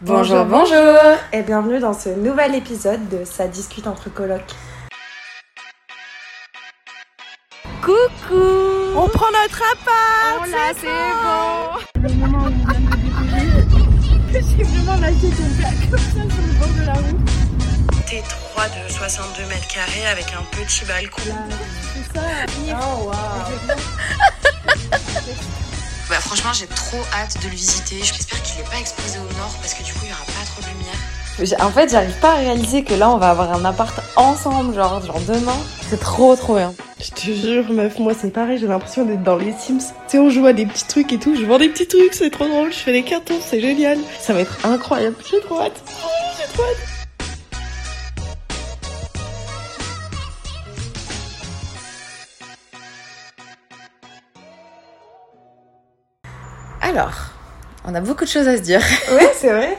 Bonjour, bonjour et bienvenue dans ce nouvel épisode de Ça discute entre colocs. Coucou On prend notre appart Là, c'est bon J'ai vraiment lâché ton père comme ça sur le bord de la route. T3 de 62 mètres carrés avec un petit balcon. C'est ça Oh waouh Bah franchement j'ai trop hâte de le visiter. J'espère qu'il n'est pas exposé au nord parce que du coup il n'y aura pas trop de lumière. J'ai- En fait, j'arrive pas à réaliser que là, on va avoir un appart ensemble, genre, genre demain. C'est trop, trop bien. Je te jure meuf, moi c'est pareil, j'ai l'impression d'être dans les Sims. Tu sais, on joue à des petits trucs et tout, je vends des petits trucs, c'est trop drôle, je fais des cartons, c'est génial. Ça va être incroyable, j'ai trop hâte. Oh, j'ai trop hâte. Alors, on a beaucoup de choses à se dire. Ouais, c'est vrai.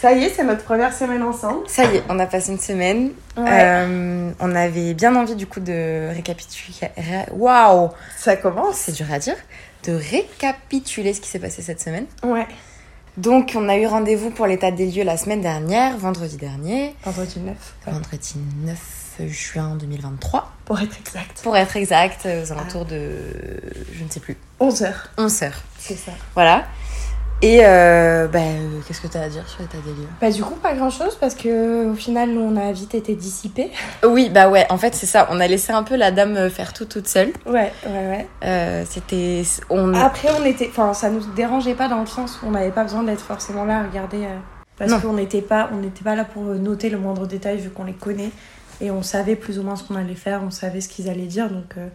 Ça y est, c'est notre première semaine ensemble. Ça y est, on a passé une semaine. Euh, on avait bien envie, du coup, de récapituler... ré- Waouh Ça commence. C'est dur à dire. De récapituler ce qui s'est passé cette semaine. Ouais. Donc, on a eu rendez-vous pour l'état des lieux la semaine dernière, vendredi dernier. Vendredi 9. Vendredi 9 juin 2023. Pour être exact. Pour être exact, aux alentours de... Je ne sais plus. 11h. 11 heures. C'est ça. Voilà. Et euh, bah, euh, qu'est-ce que t'as à dire sur l'état des lieux Bah du coup, pas grand-chose parce que au final, nous, on a vite été dissipés. Oui, bah ouais, en fait c'est ça, on a laissé un peu la dame euh, faire tout toute seule. Ouais, ouais, ouais. Euh, C'était... On... Après, on était... Enfin, ça nous dérangeait pas dans le sens où on n'avait pas besoin d'être forcément là à regarder. euh, parce Non. qu'on n'était pas, on n'était pas là pour euh, noter le moindre détail vu qu'on les connaît. Et on savait plus ou moins ce qu'on allait faire, on savait ce qu'ils allaient dire. Donc, euh,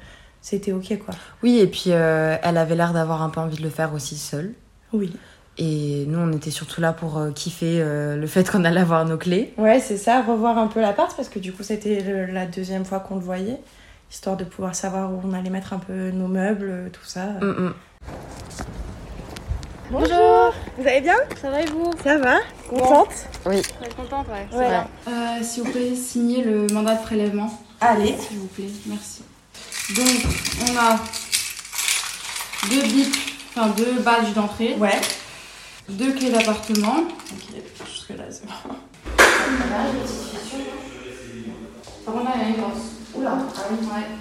c'était OK, quoi. Oui, et puis euh, elle avait l'air d'avoir un peu envie de le faire aussi seule. Oui. Et nous, on était surtout là pour euh, kiffer euh, le fait qu'on allait avoir nos clés. Ouais, c'est ça, revoir un peu l'appart parce que du coup, c'était le- la deuxième fois qu'on le voyait, histoire de pouvoir savoir où on allait mettre un peu nos meubles, euh, tout ça. Mm, mm. Bonjour Vous allez bien Ça va et vous Ça va Contente Très contente, ouais. Ouais. Euh, si vous pouvez signer le mandat de prélèvement, Allez. s'il vous plaît, merci. Donc, on a deux bips, enfin deux badges d'entrée, Ouais. deux clés d'appartement. Ok, jusque-là, c'est bon. Par contre, là, il y a une danse. Oula, ah oui. Ouais.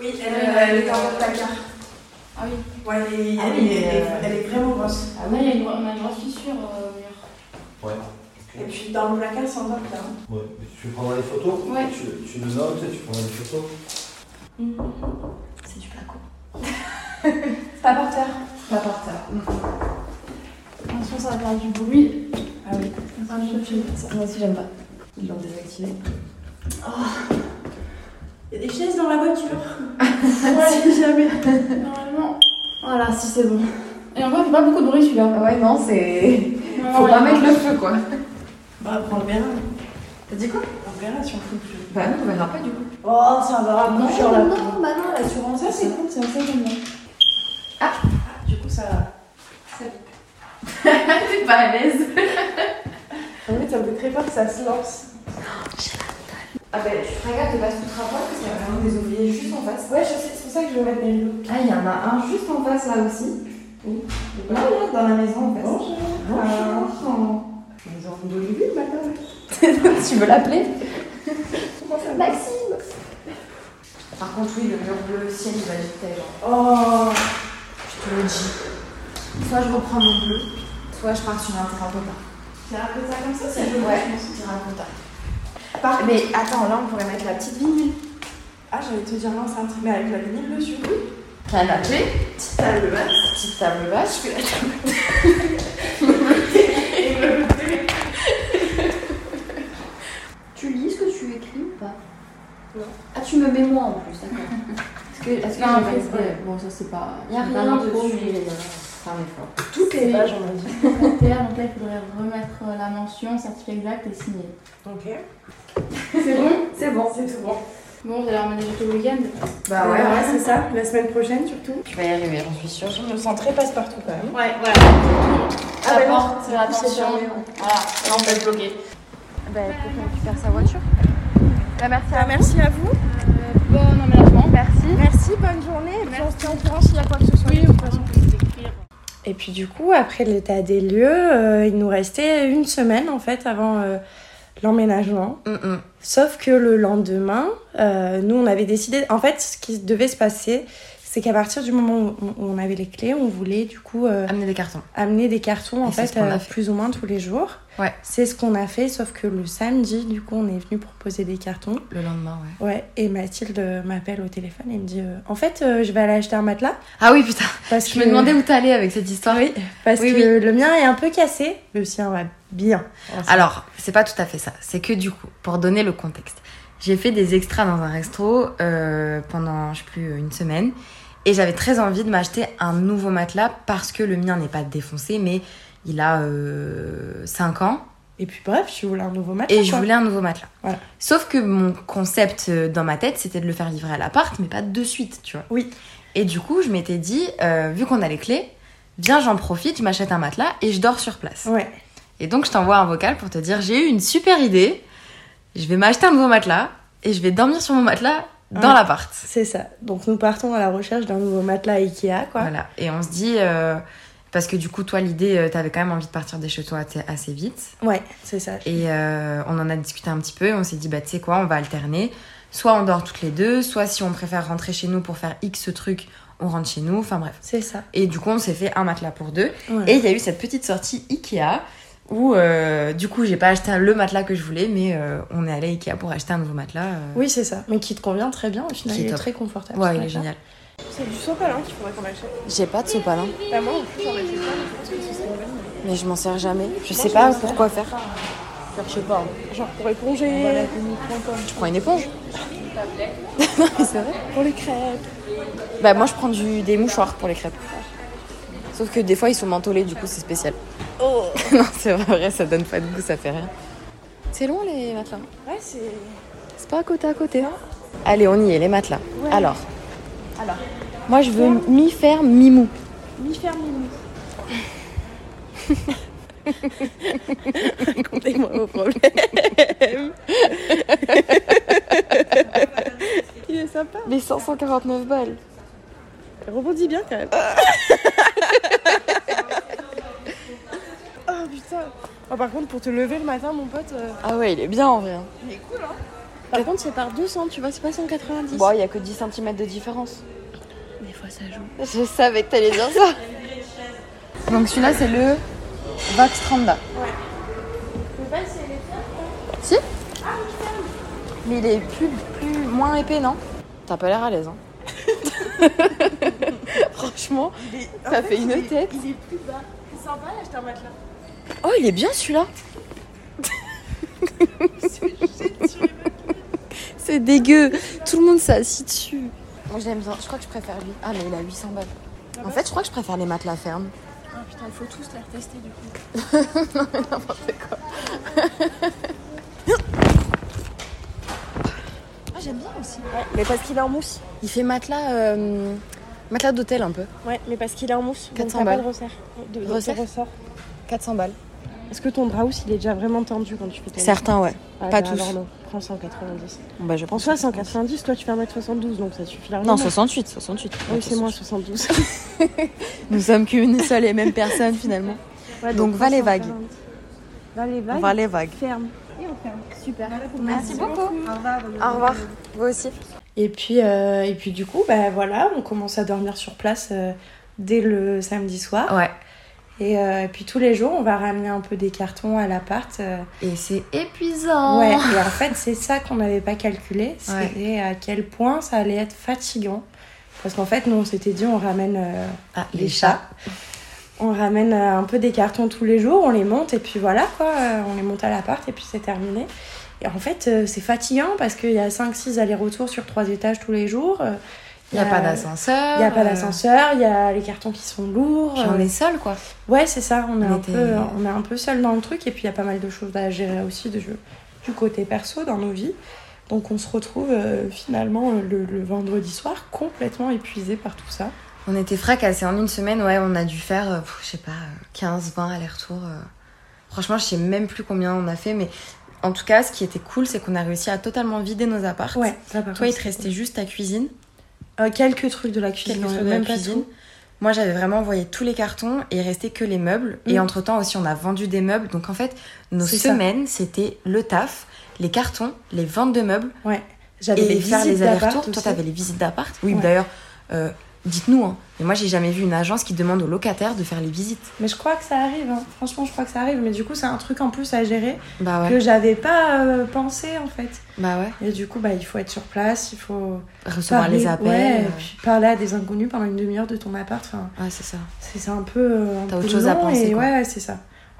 Oui, elle, elle est est dans dans le placard. Ah oui. Ouais, elle est, Ah oui, mais, euh, vraiment grosse. là, il y a une, on a une grosse fissure euh, au mur. Ouais. Et puis dans le placard, c'est encore bien. ouais. Mais Tu prendras les photos Ouais. Tu, tu nous notes, tu prendras les photos C'est du placo. C'est pas par terre. Pas par terre. Attention, ça va faire du bruit. Ah oui. Ça va faire du bruit. Moi aussi, j'aime pas. Ils l'ont désactivé. Il y a des chaises dans la voiture. si jamais. Euh, Normalement. Voilà, si c'est bon. Et encore, il fait pas beaucoup de bruit celui-là. Ah Ouais, non, c'est... Non, Faut ouais. pas mettre le feu, quoi. Bah, prends le verre. T'as dit quoi On verra si on fout le feu. Bah non, on verra pas du coup. Oh, ça va, Non, sur la peau. non, Ah, bah non, l'assurance. Ça, c'est cool, ça, ça, j'aime bien. Ah, du coup, ça. T'es pas à l'aise. En fait, ça me fait très peur que ça se lance. Oh, Ah bah, je suis regarde de pas tout rapport parce qu'il y a vraiment des ouvriers juste en face. Ouais, je sais, c'est pour ça que je vais mettre des rideaux. Ah, il y en a un juste en face là aussi. Là, là, dans la maison en face. Bonjour. Ils ont d'olivier le matin. tu veux l'appeler Maxime Par contre, oui, le mur bleu ciel, il va hein. être tel. Oh, Je te le dis. Soit je reprends mon bleu, soit je pars sur un terracotta. c'est un peu ça comme ça, c'est Ouais, joli. terracotta. Par- Mais attends, là, on pourrait mettre la petite vinyle. Ah, j'allais te dire l'enceinte, mais avec la vinyle dessus. Canapé, Petite table basse. petite table basse. que la table- Tu lis ce que tu écris ou pas Non. Ah, tu me mets moi en plus, d'accord. Est-ce que, est-ce que Non, j'ai mais pas- c'est- bon, ça c'est pas. Il n'y a c'est rien pas euh, trop, dessus. mais- Toutes les Oui. pages, on m'a dit. Par terre, donc là il faudrait remettre euh, la mention, certificat exact et signer. Ok. C'est bon C'est bon, c'est tout bon. Bon, vous allez emmener jusqu'au week-end Bah ouais, ouais, c'est ça. La semaine prochaine, surtout. tu vas y arriver, j'en suis sûre. Je me sens très passe-partout quand même. Ouais, voilà. Ah, La bah non, porte, attention. fermé, Voilà, là on peut être bloqué. Bah, faut qu'on récupère sa voiture. Bah, merci à vous. Merci à vous. Bon emménagement. Merci. Merci, bonne journée. Et puis on se tient au courant s'il y a quoi que ce soit. Oui, Et puis du coup, après l'état des lieux, euh, il nous restait une semaine en fait avant euh, l'emménagement. Mm, Sauf que le lendemain, euh, nous on avait décidé, en fait ce qui devait se passer, c'est qu'à partir du moment où on- où on avait les clés, on voulait du coup euh, Amener des cartons. amener des cartons en Et c'est fait, ce qu'on a euh, fait. plus ou moins tous les jours. Ouais. C'est ce qu'on a fait, sauf que le samedi, du coup, on est venu proposer des cartons. Le lendemain, ouais. Ouais, et Mathilde euh, m'appelle au téléphone et me dit euh, En fait, euh, je vais aller acheter un matelas. Ah oui, putain, Parce je que... me demandais où t'allais avec cette histoire. Oui, parce Oui, que le mien est un peu cassé. Le sien va bien. Alors, c'est pas tout à fait ça. C'est que du coup, pour donner le contexte, j'ai fait des extras dans un resto euh, pendant, je sais plus, une semaine. Et j'avais très envie de m'acheter un nouveau matelas parce que le mien n'est pas défoncé, mais il a 5 ans. Et puis bref, je voulais un nouveau matelas. Et je quoi. voulais un nouveau matelas. Voilà. Sauf que mon concept euh, dans ma tête, c'était de le faire livrer à l'appart, mais pas de suite, tu vois. Oui. Et du coup, je m'étais dit, euh, vu qu'on a les clés, viens, j'en profite, je m'achète un matelas et je dors sur place. Ouais. Et donc, je t'envoie un vocal pour te dire, j'ai eu une super idée, je vais m'acheter un nouveau matelas et je vais dormir sur mon matelas dans Ouais. l'appart. C'est ça. Donc nous partons à la recherche d'un nouveau matelas Ikea, quoi. Voilà. Et on se dit, euh, parce que du coup, toi, l'idée, euh, t'avais quand même envie de partir de chez toi assez- assez vite. Ouais, c'est ça. Et euh, on en a discuté un petit peu et on s'est dit, bah, tu sais quoi, on va alterner. Soit on dort toutes les deux, soit si on préfère rentrer chez nous pour faire X truc, on rentre chez nous. Enfin bref. C'est ça. Et du coup, on s'est fait un matelas pour deux. Voilà. Et il y a eu cette petite sortie Ikea où, euh, du coup, j'ai pas acheté le matelas que je voulais, mais euh, on est allé à Ikea pour acheter un nouveau matelas. euh. Oui, c'est ça. Mais qui te convient très bien au final. Qui est Il est top. très confortable. ce Ouais, il est matelas. génial. C'est du sopalin qu'il faudrait qu'on achète. J'ai pas de sopalin, Bah, moi, en plus, j'en ai fait plein, je pense que ce serait une bonne idée. mais je m'en sers jamais. Je sais je pas m'en sers pourquoi faire. Je sais pas. Genre pour éponger, Je prends une éponge. c'est vrai. pour les crêpes. Bah moi je prends du, des mouchoirs pour les crêpes. Sauf que des fois ils sont mentolés, du coup c'est spécial. Oh. non, c'est pas vrai, ça donne pas de goût, ça fait rien. C'est long les matelas. Ouais, c'est. C'est pas à côté à côté. hein. Allez, on y est, les matelas. Alors. Alors. Moi je veux mi-ferme, mi-mou. Mi-ferme, mi-mou. Racontez-moi vos problèmes. Il est sympa. Les 549 balles. Rebondis bien quand même. Ah. oh putain. Oh, par contre, pour te lever le matin, mon pote, euh, Ah ouais, il est bien en vrai. par contre, c'est par 200, tu vois, c'est pas 190. Bon, il y a que 10 cm de différence. Des fois, ça joue. Je savais que t'allais dire ça. Donc celui-là c'est le Vax Tranda. Si Mais il est plus, plus moins épais non T'as pas l'air à l'aise hein. Franchement, ça fait une tête. Il est plus bas. C'est sympa d'acheter un matelas. Oh il est bien celui-là. c'est dégueu. Tout le monde s'assit dessus. Moi j'aime bien. Je crois que je préfère lui. Ah mais il a 800 balles. En fait je crois que je préfère les matelas fermes. Ah putain, il faut tous les retester du coup. Ah j'aime bien aussi. Mais parce qu'il est en mousse. Il fait matelas, euh, matelas d'hôtel un peu. Ouais, mais parce qu'il est en mousse. donc 400 t'as pas balles. de resserre. De, de- de Resserre ressort. 400 balles. Est-ce que ton draus il est déjà vraiment tendu quand tu fais ton Certains, ouais. Ah, pas bah, tous. Alors non, prends 190. Bon, bah, je En pense. soi, 190, toi tu fais 1m72, donc ça suffit largement. Non, 68, 68. Oui, c'est moi, 72. Nous sommes qu'une seule et même personne finalement. Ouais, Donc, va les vagues. 340. Va les On vagues. va les vagues. Ferme. Merci beaucoup. Au revoir. Au revoir. Vous aussi. Et puis, euh, et puis du coup, bah voilà, on commence à dormir sur place euh, dès le samedi soir. Ouais. Et, euh, et puis tous les jours, on va ramener un peu des cartons à l'appart. euh, Et c'est épuisant. Ouais, et en fait, c'est ça qu'on n'avait pas calculé, c'était à quel point ça allait être fatigant. Parce qu'en fait, nous, on s'était dit, on ramène euh, Ah, les chats, on ramène euh, un peu des cartons tous les jours, on les monte, et puis voilà, quoi, euh, on les monte à l'appart, et puis c'est terminé. Et en fait, euh, c'est fatigant parce qu'il y a 5-6 allers-retours sur trois étages tous les jours. euh, Il n'y a pas d'ascenseur. Il n'y a pas euh, d'ascenseur, il y a les cartons qui sont lourds. J'en euh, ai seul quoi. Ouais, c'est ça, on est, On un était- peu, on est un peu seul dans le truc et puis il y a pas mal de choses à gérer aussi de, du côté perso dans nos vies. Donc on se retrouve euh, finalement euh, le, le vendredi soir complètement épuisé par tout ça. On était fracassés en une semaine, ouais, on a dû faire, euh, pff, je sais pas, euh, 15, 20 allers-retours. euh. Franchement, je sais même plus combien on a fait, mais en tout cas, ce qui était cool, c'est qu'on a réussi à totalement vider nos apparts. ça par Toi, contre, il te c'est restait juste ta cuisine. cool. Euh, quelques trucs de la cuisine, Quelques ouais, trucs de la même pas cuisine. tout. Moi, j'avais vraiment envoyé tous les cartons et il restait que les meubles. Et Mm. entre-temps aussi, on a vendu des meubles. Donc en fait, nos C'est ça. semaines, c'était le taf, les cartons, les ventes de meubles J'avais et les faire visites les allers-retours. d'appart Toi, aussi. t'avais les visites d'appart. Oui, Ouais. d'ailleurs, euh, dites-nous. Hein. Mais moi, j'ai jamais vu une agence qui demande aux locataires de faire les visites. Mais je crois que ça arrive. hein. Franchement, je crois que ça arrive. Mais du coup, c'est un truc en plus à gérer Bah ouais. que j'avais pas euh, pensé en fait. Bah ouais. Et du coup, bah, il faut être sur place, il faut Recevoir les appels. ouais, euh, et puis parler à des inconnus pendant une demi-heure de ton appart. Enfin, Ouais, c'est ça. c'est c'est un peu. euh, un T'as peu autre chose à long penser, Et quoi. ouais, c'est ça.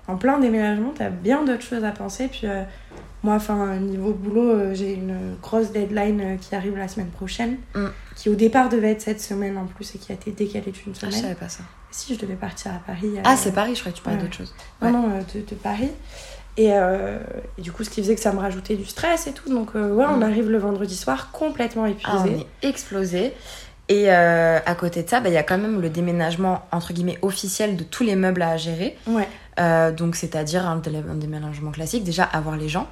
En plein déménagement, t'as bien d'autres choses à penser. Puis euh, moi, enfin, niveau boulot, euh, j'ai une grosse deadline euh, qui arrive la semaine prochaine, Mm. qui au départ devait être cette semaine en plus et qui a été décalée d'une Ah, je semaine. savais pas ça. si je devais partir à Paris. euh, Ah, c'est Paris, je crois que tu parlais ouais. d'autre chose. non, non, euh, de, de Paris. Et, euh, et du coup, ce qui faisait que ça me rajoutait du stress et tout. Donc, euh, ouais, on Mm. arrive le vendredi soir complètement épuisé. Ah, on est explosé. Et euh, à côté de ça, bah, il y a quand même le déménagement entre guillemets officiel de tous les meubles à gérer. Ouais. Euh, donc c'est-à-dire un, délai- un déménagement classique, déjà avoir les gens.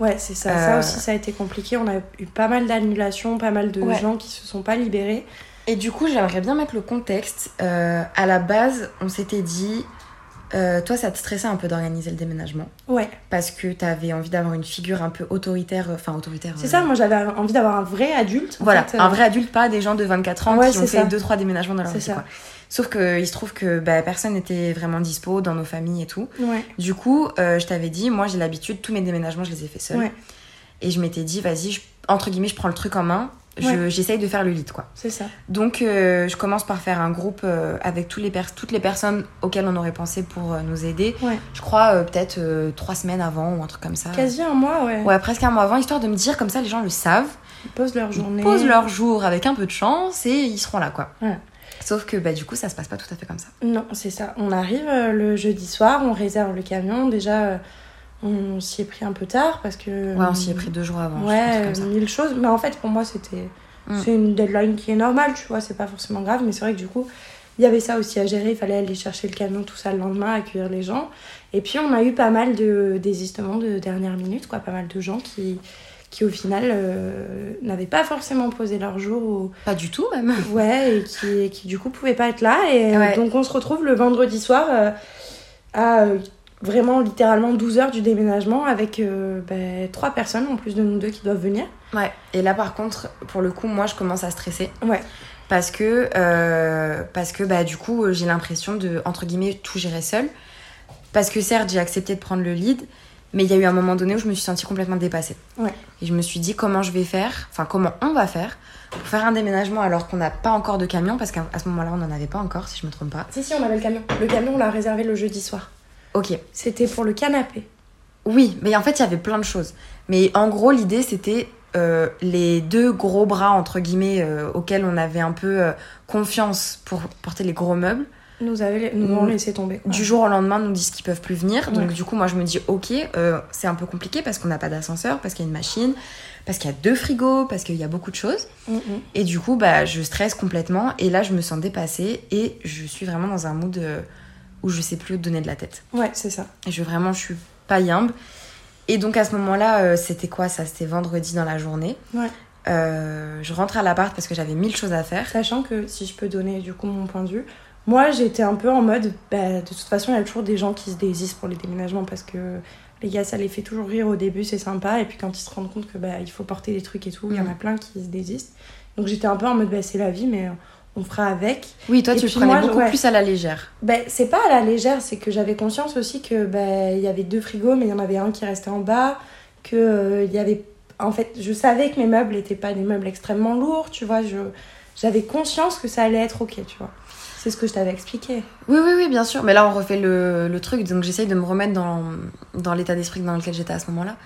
Ouais, c'est ça. Euh, Ça aussi, ça a été compliqué. On a eu pas mal d'annulations, pas mal de Ouais. gens qui se sont pas libérés. Et du coup, j'aimerais bien mettre le contexte. Euh, à la base, on s'était dit, euh, toi, ça te stressait un peu d'organiser le déménagement Ouais, parce que t'avais envie d'avoir une figure un peu autoritaire, euh, enfin autoritaire. c'est euh, ça. Moi, j'avais envie d'avoir un vrai adulte. en Voilà, fait, euh, un vrai adulte, pas des gens de 24 ans Ouais, qui ont c'est fait ça. 2-3 déménagements dans leur C'est vie. ça. Quoi. Sauf qu'il se trouve que bah, personne n'était vraiment dispo dans nos familles et tout. Ouais, Du coup, euh, je t'avais dit, moi j'ai l'habitude, tous mes déménagements, je les ai fait seuls. Ouais. Et je m'étais dit, vas-y, je- entre guillemets, je prends le truc en main, je- Ouais. j'essaye de faire le lit, quoi. c'est ça. Donc, euh, je commence par faire un groupe euh, avec tous les pers- toutes les personnes auxquelles on aurait pensé pour euh, nous aider. Ouais. Je crois euh, peut-être euh, trois semaines avant ou un truc comme ça. Quasi un mois, ouais. Ah. Ouais, presque un mois avant, histoire de me dire, comme ça les gens le savent. Ils posent leur journée. Ils posent leur jour avec un peu de chance et ils seront là, quoi. Ouais. Sauf que bah, du coup, ça se passe pas tout à fait comme ça. Non, c'est ça. On arrive euh, le jeudi soir, on réserve le camion. Déjà, euh, on s'y est pris un peu tard parce que. Ouais, on s'y est pris deux jours avant. je pense, Euh, Ouais, euh, comme ça. mille choses. Mais en fait, pour moi, c'était Mm. c'est une deadline qui est normale, tu vois, c'est pas forcément grave. Mais c'est vrai que du coup, il y avait ça aussi à gérer. Il fallait aller chercher le camion, tout ça, le lendemain, accueillir les gens. Et puis, on a eu pas mal de désistements de dernière minute, quoi. Pas mal de gens qui, qui au final, euh, n'avaient pas forcément posé leur jour ou- Pas du tout, même. Ouais, et qui, et qui du coup pouvaient pas être là. Et euh, Ouais. donc on se retrouve le vendredi soir euh, à euh, vraiment littéralement 12 heures du déménagement avec euh, ben, trois personnes en plus de nous deux qui doivent venir. Ouais. Et là, par contre, pour le coup, moi, je commence à stresser. Ouais. Parce que, euh, parce que bah, du coup, euh, j'ai l'impression de, entre guillemets, tout gérer seule. Parce que certes, j'ai accepté de prendre le lead, mais il y a eu un moment donné où je me suis sentie complètement dépassée. Ouais. Et je me suis dit comment je vais faire, enfin comment on va faire pour faire un déménagement alors qu'on n'a pas encore de camion, parce qu'à à ce moment-là, on n'en avait pas encore, si je me trompe pas. Si, si, on avait le camion. Le camion, on l'a réservé le jeudi soir. Ok. C'était pour le canapé. Oui, mais en fait, il y avait plein de choses. Mais en gros, l'idée, c'était euh, les deux gros bras, entre guillemets, euh, auxquels on avait un peu euh, confiance pour porter les gros meubles. Nous, avait, nous ont Mm. laissé tomber. quoi. Du jour au lendemain, nous disent qu'ils peuvent plus venir. Donc, Ouais. du coup, moi, je me dis, ok, euh, c'est un peu compliqué parce qu'on n'a pas d'ascenseur, parce qu'il y a une machine, parce qu'il y a deux frigos, parce qu'il y a beaucoup de choses. Mm, mm. Et du coup, bah, je stresse complètement. Et là, je me sens dépassée et je suis vraiment dans un mood euh, où je sais plus où donner de la tête. Ouais, c'est ça. Et je vraiment, je suis pas yimbe. Et donc à ce moment-là, euh, c'était quoi ça C'était vendredi dans la journée. Ouais. Euh, je rentre à l'appart parce que j'avais mille choses à faire. Sachant que si je peux donner du coup mon point de vue, moi j'étais un peu en mode, bah, de toute façon il y a toujours des gens qui se désistent pour les déménagements parce que les gars ça les fait toujours rire au début, c'est sympa, et puis quand ils se rendent compte que bah, il faut porter des trucs et tout, il y en a plein qui se désistent. Donc j'étais un peu en mode, bah, c'est la vie, mais euh, on fera avec. Oui, toi Et tu le puis prenais moi, je- beaucoup ouais. plus à la légère. Ben, c'est pas à la légère, c'est que j'avais conscience aussi que ben, il y avait deux frigos, mais il y en avait un qui restait en bas, que euh, il y avait, en fait, je savais que mes meubles n'étaient pas des meubles extrêmement lourds, tu vois, je j'avais conscience que ça allait être ok, tu vois. C'est ce que je t'avais expliqué. Oui, oui, oui, bien sûr. Mais là, on refait le, le truc. Donc j'essaye de me remettre dans, dans l'état d'esprit dans lequel j'étais à ce moment-là.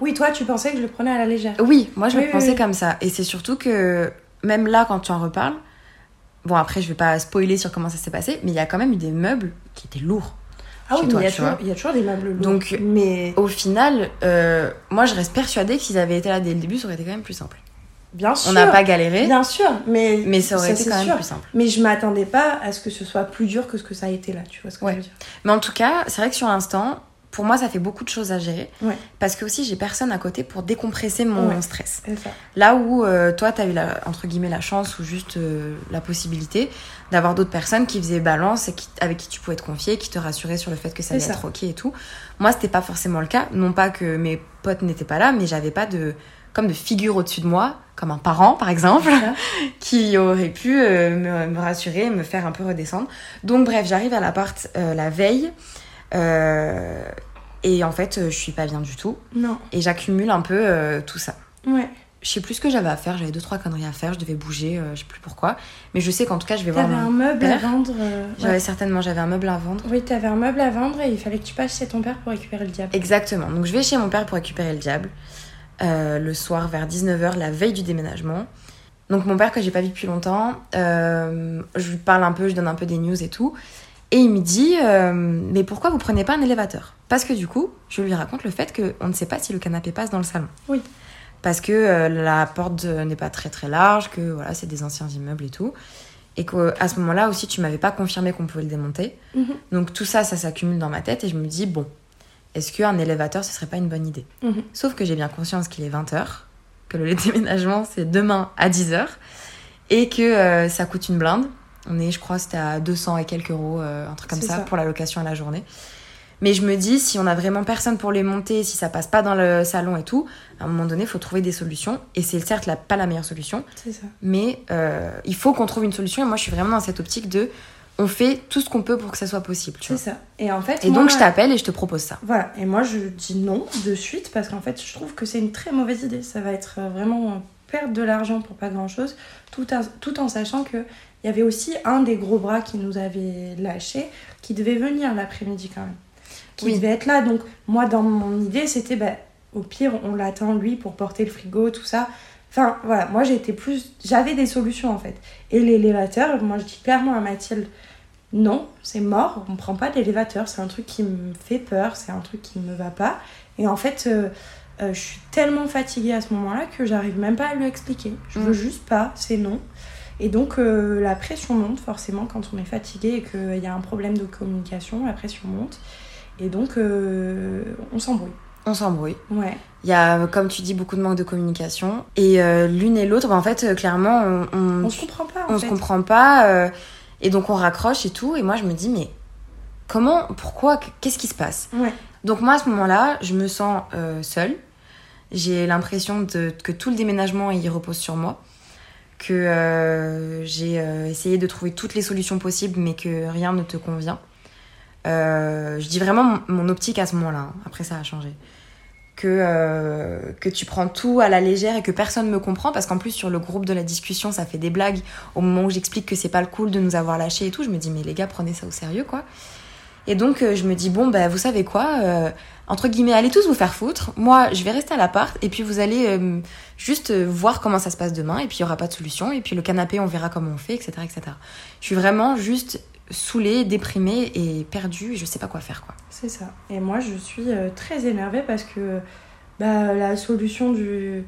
Oui, toi, tu pensais que je le prenais à la légère. Oui, moi je Oui, le oui, pensais oui. comme ça. Et c'est surtout que même là, quand tu en reparles, bon après, je vais pas spoiler sur comment ça s'est passé, mais il y a quand même eu des meubles qui étaient lourds. Ah Chez oui, mais toi, il y a tu toujours- vois. il y, a toujours des meubles lourds. Donc- mais Au final, euh, moi je reste persuadée que s'ils avaient été là dès le début, ça aurait été quand même plus simple. bien sûr, On n'a pas galéré, bien sûr, mais mais ça aurait été c'est quand même sûr. plus simple. Mais je m'attendais pas à ce que ce soit plus dur que ce que ça a été là, tu vois ce que Ouais. je veux dire. Mais en tout cas, c'est vrai que sur l'instant, pour moi, ça fait beaucoup de choses à gérer. Ouais. Parce que aussi, j'ai personne à côté pour décompresser mon Ouais. stress. C'est ça. Là où euh, toi, t'as eu la, entre guillemets la chance ou juste euh, la possibilité d'avoir d'autres personnes qui faisaient balance et qui, avec qui tu pouvais te confier, qui te rassuraient sur le fait que ça allait C'est ça. être ok et tout. Moi, c'était pas forcément le cas. Non pas que mes potes n'étaient pas là, mais j'avais pas de comme de figure au-dessus de moi, comme un parent par exemple, qui aurait pu euh, me, me rassurer, me faire un peu redescendre. Donc bref, j'arrive à l'appart euh, la veille euh, et en fait, euh, je suis pas bien du tout Non. et j'accumule un peu euh, tout ça. Ouais. Je sais plus ce que j'avais à faire, j'avais deux trois conneries à faire, je devais bouger, euh, je sais plus pourquoi, mais je sais qu'en tout cas je vais voir. T'avais mon- un meuble à père. vendre. euh, J'avais ouais. certainement j'avais un meuble à vendre. Oui, t'avais un meuble à vendre et il fallait que tu passes chez ton père pour récupérer le diable. Exactement. Donc je vais chez mon père pour récupérer le diable euh, le soir vers 19h, la veille du déménagement. Donc mon père que j'ai pas vu depuis longtemps, euh, je lui parle un peu, je donne un peu des news et tout. Et il me dit euh, mais pourquoi vous prenez pas un élévateur Parce que du coup, je lui raconte le fait que on ne sait pas si le canapé passe dans le salon. Oui. Parce que euh, la porte euh, n'est pas très très large, que voilà, c'est des anciens immeubles et tout. Et qu'à ce moment-là aussi, tu m'avais pas confirmé qu'on pouvait le démonter. Mhm. Donc tout ça, ça s'accumule dans ma tête et je me dis, bon, est-ce qu'un élévateur, ce serait pas une bonne idée Mhm. Sauf que j'ai bien conscience qu'il est 20h, que le déménagement, c'est demain à 10h, et que euh, ça coûte une blinde. On est, je crois, c'était à 200 et quelques euros, euh, un truc comme C'est ça, ça. pour la location à la journée. Mais je me dis, si on a vraiment personne pour les monter, si ça passe pas dans le salon et tout, à un moment donné, il faut trouver des solutions. Et c'est certes la- pas la meilleure solution, C'est ça. mais euh, il faut qu'on trouve une solution. Et moi, je suis vraiment dans cette optique de on fait tout ce qu'on peut pour que ça soit possible. tu C'est vois. ça. Et en fait. Et moi- donc, je t'appelle et je te propose ça. Voilà, et moi je dis non de suite parce qu'en fait je trouve que c'est une très mauvaise idée. Ça va être euh, vraiment euh, perdre de l'argent pour pas grand chose, tout, à- tout en sachant que il y avait aussi un des gros bras qui nous avait lâché qui devait venir l'après-midi quand même, qui Oui. devait être là. Donc moi dans mon idée c'était bah, au pire on l'attend lui pour porter le frigo, tout ça. Enfin voilà, moi j'étais plus. J'avais des solutions en fait. Et l'élévateur, moi je dis clairement à Mathilde. Non, c'est mort, on prend pas d'élévateur, c'est un truc qui me fait peur, c'est un truc qui me va pas. Et en fait, euh, euh, je suis tellement fatiguée à ce moment-là que j'arrive même pas à lui expliquer. Je veux Mm. juste pas, c'est non. Et donc euh, la pression monte forcément quand on est fatigué et qu'il y a un problème de communication, la pression monte. Et donc euh, on s'embrouille. On s'embrouille. Ouais, Il y a, comme tu dis, beaucoup de manque de communication. Et euh, l'une et l'autre, bah, en fait, euh, clairement, on, on- on se comprend pas en on fait. se comprend pas. euh, et donc, on raccroche et tout. Et moi, je me dis, mais comment, pourquoi, qu'est-ce qui se passe Ouais. Donc, moi, à ce moment-là, je me sens euh, seule. J'ai l'impression de- que tout le déménagement, il repose sur moi. Que euh, j'ai euh, essayé de trouver toutes les solutions possibles, mais que rien ne te convient. Euh, je dis vraiment mon, mon optique à ce moment-là. hein. Après, ça a changé. Que, euh, que tu prends tout à la légère et que personne me comprend parce qu'en plus sur le groupe de la discussion ça fait des blagues au moment où j'explique que c'est pas le cool de nous avoir lâchés et tout, je me dis mais les gars prenez ça au sérieux quoi. Et donc euh, je me dis bon bah vous savez quoi euh, entre guillemets allez tous vous faire foutre. Moi je vais rester à l'appart et puis vous allez euh, juste euh, voir comment ça se passe demain et puis il y aura pas de solution et puis le canapé on verra comment on fait etc etc. Je suis vraiment juste saoulée, déprimée et perdue et je sais pas quoi faire quoi. C'est ça. Et moi, je suis euh, très énervée parce que bah, la solution du,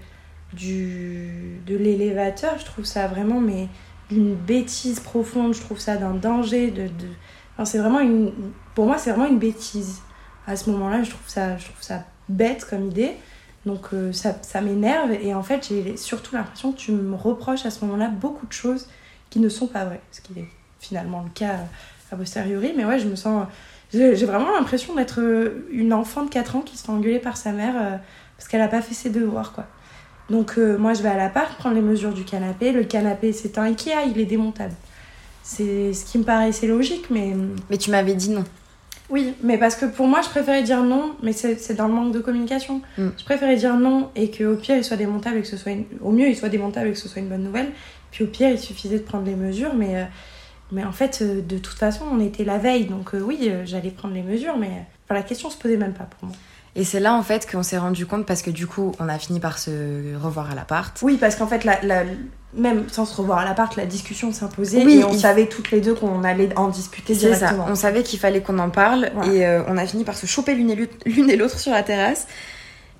du, de l'élévateur, je trouve ça vraiment mais d'une bêtise profonde. Je trouve ça d'un danger. De, de... Enfin, c'est vraiment une, pour moi, c'est vraiment une bêtise. À ce moment-là, je trouve ça, je trouve ça bête comme idée. Donc euh, ça, ça m'énerve et en fait j'ai surtout l'impression que tu me reproches à ce moment-là beaucoup de choses qui ne sont pas vraies, ce qui est finalement le cas euh, a posteriori. Mais ouais, je me sens j'ai j'ai vraiment l'impression d'être euh, une enfant de 4 ans qui se fait engueuler par sa mère euh, parce qu'elle n'a pas fait ses devoirs, quoi. Donc euh, moi, je vais à l'appart, prendre les mesures du canapé. Le canapé, c'est un Ikea, il est démontable. C'est ce qui me paraissait logique, mais... euh, Mais tu m'avais dit non. Oui, mais parce que pour moi, je préférais dire non, mais c'est c'est dans le manque de communication. Mm. Je préférais dire non et qu'au pire, il soit démontable et que ce soit... une- Au mieux, il soit démontable et que ce soit une bonne nouvelle. Puis au pire, il suffisait de prendre les mesures, mais... euh, Mais en fait, euh, de toute façon, on était la veille, donc euh, oui, euh, j'allais prendre les mesures, mais euh, enfin, la question se posait même pas pour moi. Et c'est là en fait qu'on s'est rendu compte parce que du coup on a fini par se revoir à l'appart. Oui, parce qu'en fait, la, la- même sans se revoir à l'appart, la discussion s'imposait Oui, et on il- savait toutes les deux qu'on allait en discuter C'est ça, directement. on savait qu'il fallait qu'on en parle Voilà. et euh, on a fini par se choper l'une et l'ut- l'une et l'autre sur la terrasse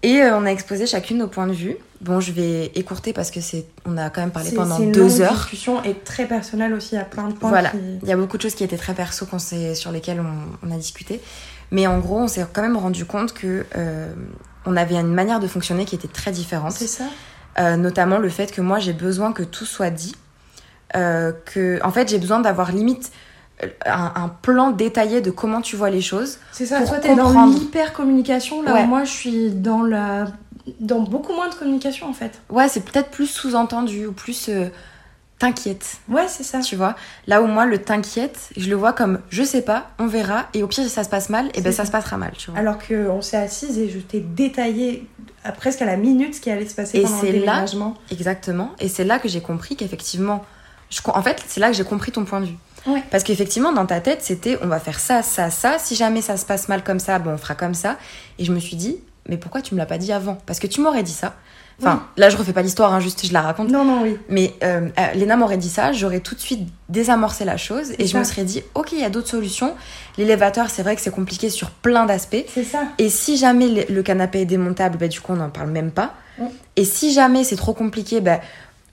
et euh, on a exposé chacune nos points de vue. Bon, je vais écourter parce que c'est on a quand même parlé C'est- pendant c'est une deux longue heures. discussion et très personnelle aussi à plein de points. Voilà. qui- Il y a beaucoup de choses qui étaient très perso qu'on s'est- sur lesquelles on, on a discuté. Mais en gros, on s'est quand même rendu compte que euh, on avait une manière de fonctionner qui était très différente. ça. Euh, notamment le fait que moi j'ai besoin que tout soit dit, euh, que en fait j'ai besoin d'avoir limite euh, un, un plan détaillé de comment tu vois les choses. C'est ça. Pour Toi, t'es dans comprendre. l'hyper communication. Là, Ouais. où moi, je suis dans la, dans beaucoup moins de communication en fait. Ouais, c'est peut-être plus sous-entendu ou plus euh, t'inquiète, Ouais, c'est ça. tu vois. Là où moi le t'inquiète, je le vois comme je sais pas, on verra, et au pire si ça se passe mal, et ben C'est ça ça. se passera mal, tu vois. Alors que on s'est assise et je t'ai détaillé à presque à la minute ce qui allait se passer Et pendant c'est le là- déménagement. Exactement. Et c'est là que j'ai compris qu'effectivement, je, co- en fait, c'est là que j'ai compris ton point de vue. Ouais. Parce qu'effectivement, dans ta tête, c'était on va faire ça, ça, ça. Si jamais ça se passe mal comme ça, bon, on fera comme ça. Et je me suis dit, mais pourquoi tu me l'as pas dit avant Parce que tu m'aurais dit ça. Enfin, là, je refais pas l'histoire, hein, juste je la raconte. Non, non, oui. Mais euh, euh, Léna m'aurait dit ça, j'aurais tout de suite désamorcé la chose et je ça. me serais dit, ok, il y a d'autres solutions. L'élévateur, c'est vrai que c'est compliqué sur plein d'aspects. C'est ça. Et si jamais le- le canapé est démontable, bah, du coup, on n'en parle même pas. Et si jamais c'est trop compliqué, bah,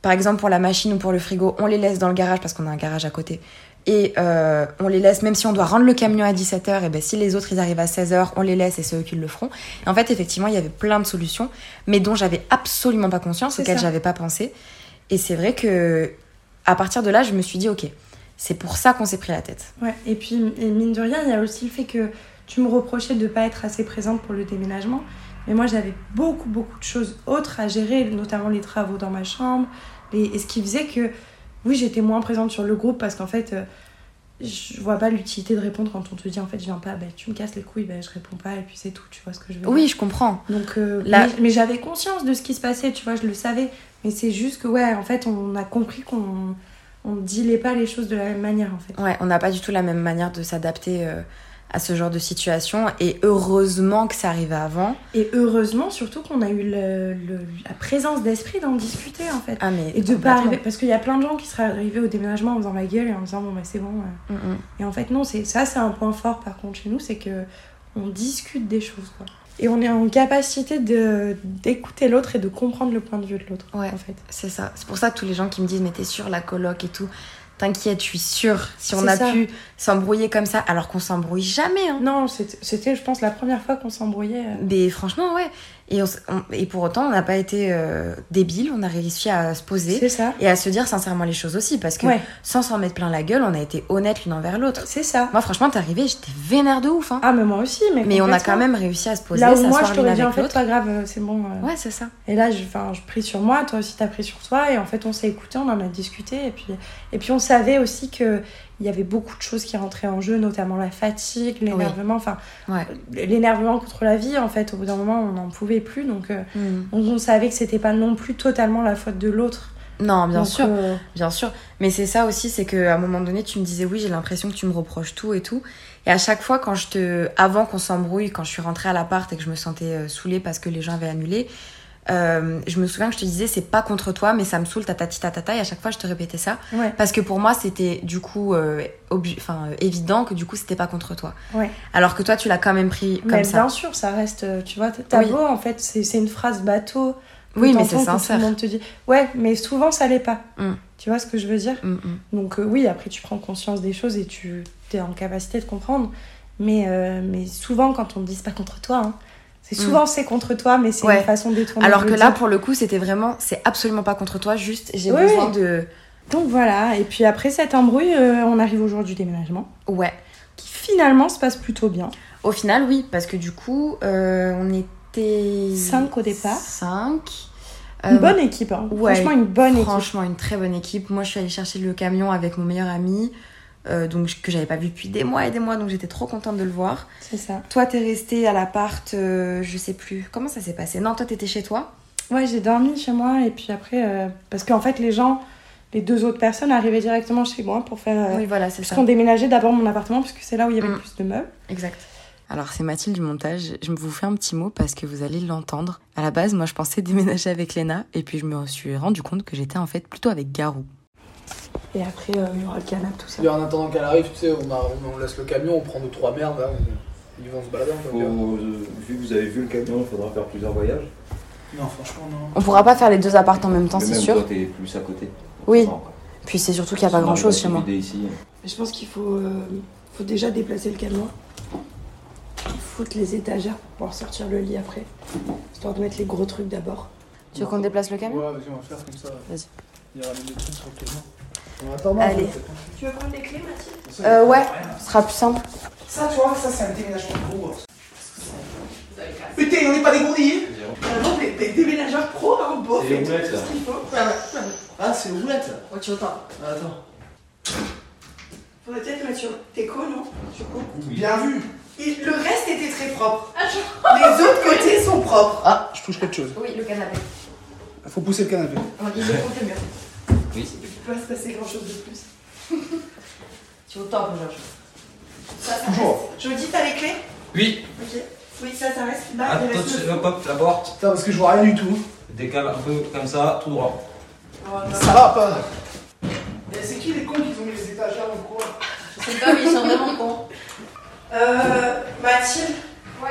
par exemple, pour la machine ou pour le frigo, on les laisse dans le garage parce qu'on a un garage à côté. Et euh, on les laisse, même si on doit rendre le camion à 17h, et ben si les autres ils arrivent à 16h, on les laisse et c'est eux qui le feront. Et en fait, effectivement, il y avait plein de solutions, mais dont j'avais absolument pas conscience, C'est auxquelles ça. j'avais pas pensé. Et c'est vrai que à partir de là, je me suis dit, ok, c'est pour ça qu'on s'est pris la tête. Ouais. Et puis, et mine de rien, il y a aussi le fait que tu me reprochais de pas être assez présente pour le déménagement. Mais moi, j'avais beaucoup, beaucoup de choses autres à gérer, notamment les travaux dans ma chambre. les- Et ce qui faisait que, oui, j'étais moins présente sur le groupe parce qu'en fait, euh, je vois pas l'utilité de répondre quand on te dit en fait, je viens pas, ben, tu me casses les couilles, ben, je réponds pas, et puis c'est tout, tu vois ce que je veux dire. Oui, je comprends. Donc, euh, La- mais, mais j'avais conscience de ce qui se passait, tu vois, je le savais. Mais c'est juste que, ouais, en fait, on a compris qu'on on dilait pas les choses de la même manière, en fait. Ouais, on n'a pas du tout la même manière de s'adapter euh, à ce genre de situation. Et heureusement que ça arrivait avant. Et heureusement, surtout qu'on a eu le- le- la présence d'esprit d'en discuter, en fait. Ah, mais. Et de complètement. pas arriver. Parce qu'il y a plein de gens qui seraient arrivés au déménagement en faisant la gueule et en disant, bon, bah, c'est bon. ouais. Mm, mm. Et en fait, non, c'est ça, c'est un point fort, par contre, chez nous, c'est que on discute des choses, quoi. Et on est en capacité de- d'écouter l'autre et de comprendre le point de vue de l'autre, Ouais. en fait. C'est ça. C'est pour ça que tous les gens qui me disent, mais t'es sûre, la coloc et tout. T'inquiète, je suis sûre. Si on C'est a ça. pu s'embrouiller comme ça, alors qu'on s'embrouille jamais, hein. Non, c'était, c'était, je pense, la première fois qu'on s'embrouillait. euh, Mais franchement, ouais. Et, on s- on- et pour autant, on n'a pas été euh, débiles. On a réussi à se poser C'est ça. et à se dire sincèrement les choses aussi. Parce que Ouais, sans s'en mettre plein la gueule, on a été honnêtes l'une envers l'autre. c'est ça. Moi, franchement, t'es arrivée, j'étais vénère de ouf. Hein. Ah, mais moi aussi, mais. Mais on a complètement. quand même réussi à se poser, Là où moi, s'asseoir je l'une t'aurais dit, en avec fait, l'autre. pas grave, euh, c'est bon. euh. Ouais, c'est ça. Et là, je, enfin, je prie sur moi, toi aussi, t'as pris sur toi. Et en fait, on s'est écouté, on en a discuté. Et puis, et puis on savait aussi qu'il y avait beaucoup de choses qui rentraient en jeu, notamment la fatigue, l'énervement. Enfin, Ouais. euh, l'énervement contre la vie, en fait, au bout d'un moment, on n'en pouvait plus. Donc, euh, Hmm. on, on savait que c'était pas non plus totalement la faute de l'autre. Non, bien Donc, sûr, euh, bien sûr. Mais c'est ça aussi, c'est qu'à un moment donné, tu me disais oui, j'ai l'impression que tu me reproches tout et tout. Et à chaque fois, quand je te, avant qu'on s'embrouille, quand je suis rentrée à l'appart et que je me sentais euh, saoulée parce que les gens avaient annulé, euh, je me souviens que je te disais c'est pas contre toi, mais ça me saoule, tatati tatata. Et à chaque fois, je te répétais ça ouais. parce que pour moi, c'était du coup, euh, obli- enfin, euh, évident que du coup, c'était pas contre toi. Ouais. Alors que toi, tu l'as quand même pris comme mais ça. bien sûr, ça reste, euh, tu vois, t'as Oui. beau, en fait, c'est c'est une phrase bateau. Oui, mais T'entends c'est que sincère. Tout le monde te dit, ouais, mais souvent ça l'est pas. Mm. Tu vois ce que je veux dire Mm, mm. Donc euh, oui, après tu prends conscience des choses et tu es en capacité de comprendre. Mais, euh, mais souvent quand on te dit c'est pas contre toi, hein, c'est souvent c'est contre toi, mais c'est Mm. Ouais. une façon détournée. Alors de que le là, dire. pour le coup, c'était vraiment, c'est absolument pas contre toi, juste j'ai Oui, besoin oui. de. donc voilà. Et puis après cette embrouille, euh, on arrive au jour du déménagement, Ouais. qui finalement se passe plutôt bien. Au final, oui, parce que du coup, euh, on était. Cinq au départ. 5. Une bonne équipe, hein. Euh, ouais, franchement une bonne équipe. Franchement, une très bonne équipe. Moi, je suis allée chercher le camion avec mon meilleur ami, euh, donc, que j'avais pas vu depuis des mois et des mois, donc j'étais trop contente de le voir. C'est ça. Toi, t'es restée à l'appart, euh, je sais plus. Comment ça s'est passé Non, toi, t'étais chez toi. Ouais, j'ai dormi chez moi et puis après, euh, parce qu'en fait les gens, les deux autres personnes arrivaient directement chez moi pour faire. euh, Oui, voilà, c'est ça. Puisqu'on déménageait d'abord mon appartement, puisque c'est là où il y avait Mm. le plus de meubles. Exact. Alors c'est Mathilde du montage, je vous fais un petit mot parce que vous allez l'entendre. À la base, moi je pensais déménager avec Léna et puis je me suis rendu compte que j'étais en fait plutôt avec Garou. Et après, euh, il y aura le canapé, tout ça. Et en attendant qu'elle arrive, tu sais, on, a- on laisse le camion, on prend deux trois merdes, là, on- ils vont se balader. on Faut, va dire. euh, vu que vous avez vu le camion, il faudra faire plusieurs voyages. Non, franchement, non. On pourra pas faire les deux appartes en même temps, Mais c'est même sûr. toi, t'es plus à côté. Oui. Non, quoi. Puis c'est surtout qu'il y a pas Sinon, grand chose on chez va moi. vider ici. Je pense qu'il faut, euh, faut déjà déplacer le camion. foutre les étagères pour pouvoir sortir le lit après. Histoire de mettre les gros trucs d'abord. Tu veux qu'on déplace le camion Ouais, vas-y, on va faire comme ça. Vas-y. Il y aura des trucs sur le camion. On attend, non, Allez. en fait. Tu veux prendre les clés, Mathilde Ça, y a Euh, ouais, rien. ce sera plus simple. Ça, tu vois, ça, c'est un déménagement pro. Putain, on n'est pas des hein gourdilles Vraiment, des, des déménageurs pro, hein, bof C'est les roulettes, là. Ah, c'est une roulette Ouais, tu entends. Ah, Attends. Pour le dire, Mathieu, t'es con, non Je suis con. Bien vu Il- Le reste était très propre. Ah, Les autres côtés sont propres. Ah, je touche quelque chose. Oui, le canapé. Faut pousser le canapé. Il est contre le mur. Oui. Il ne peut pas se passer grand chose de plus. Tu entends, Georges. Ça, ça Toujours. reste. Je vous dis, t'as les clés Oui. Ah, Ok. Oui, ça, ça reste. Là, il reste le- Attention, hop, hop, la porte. Putain, parce que je vois rien du tout. Décale un peu comme ça, tout droit. Ça va pas Mais c'est qui les cons qui ont mis les étagères ou quoi Je sais pas, mais ils sont vraiment cons. Euh, Mathilde Ouais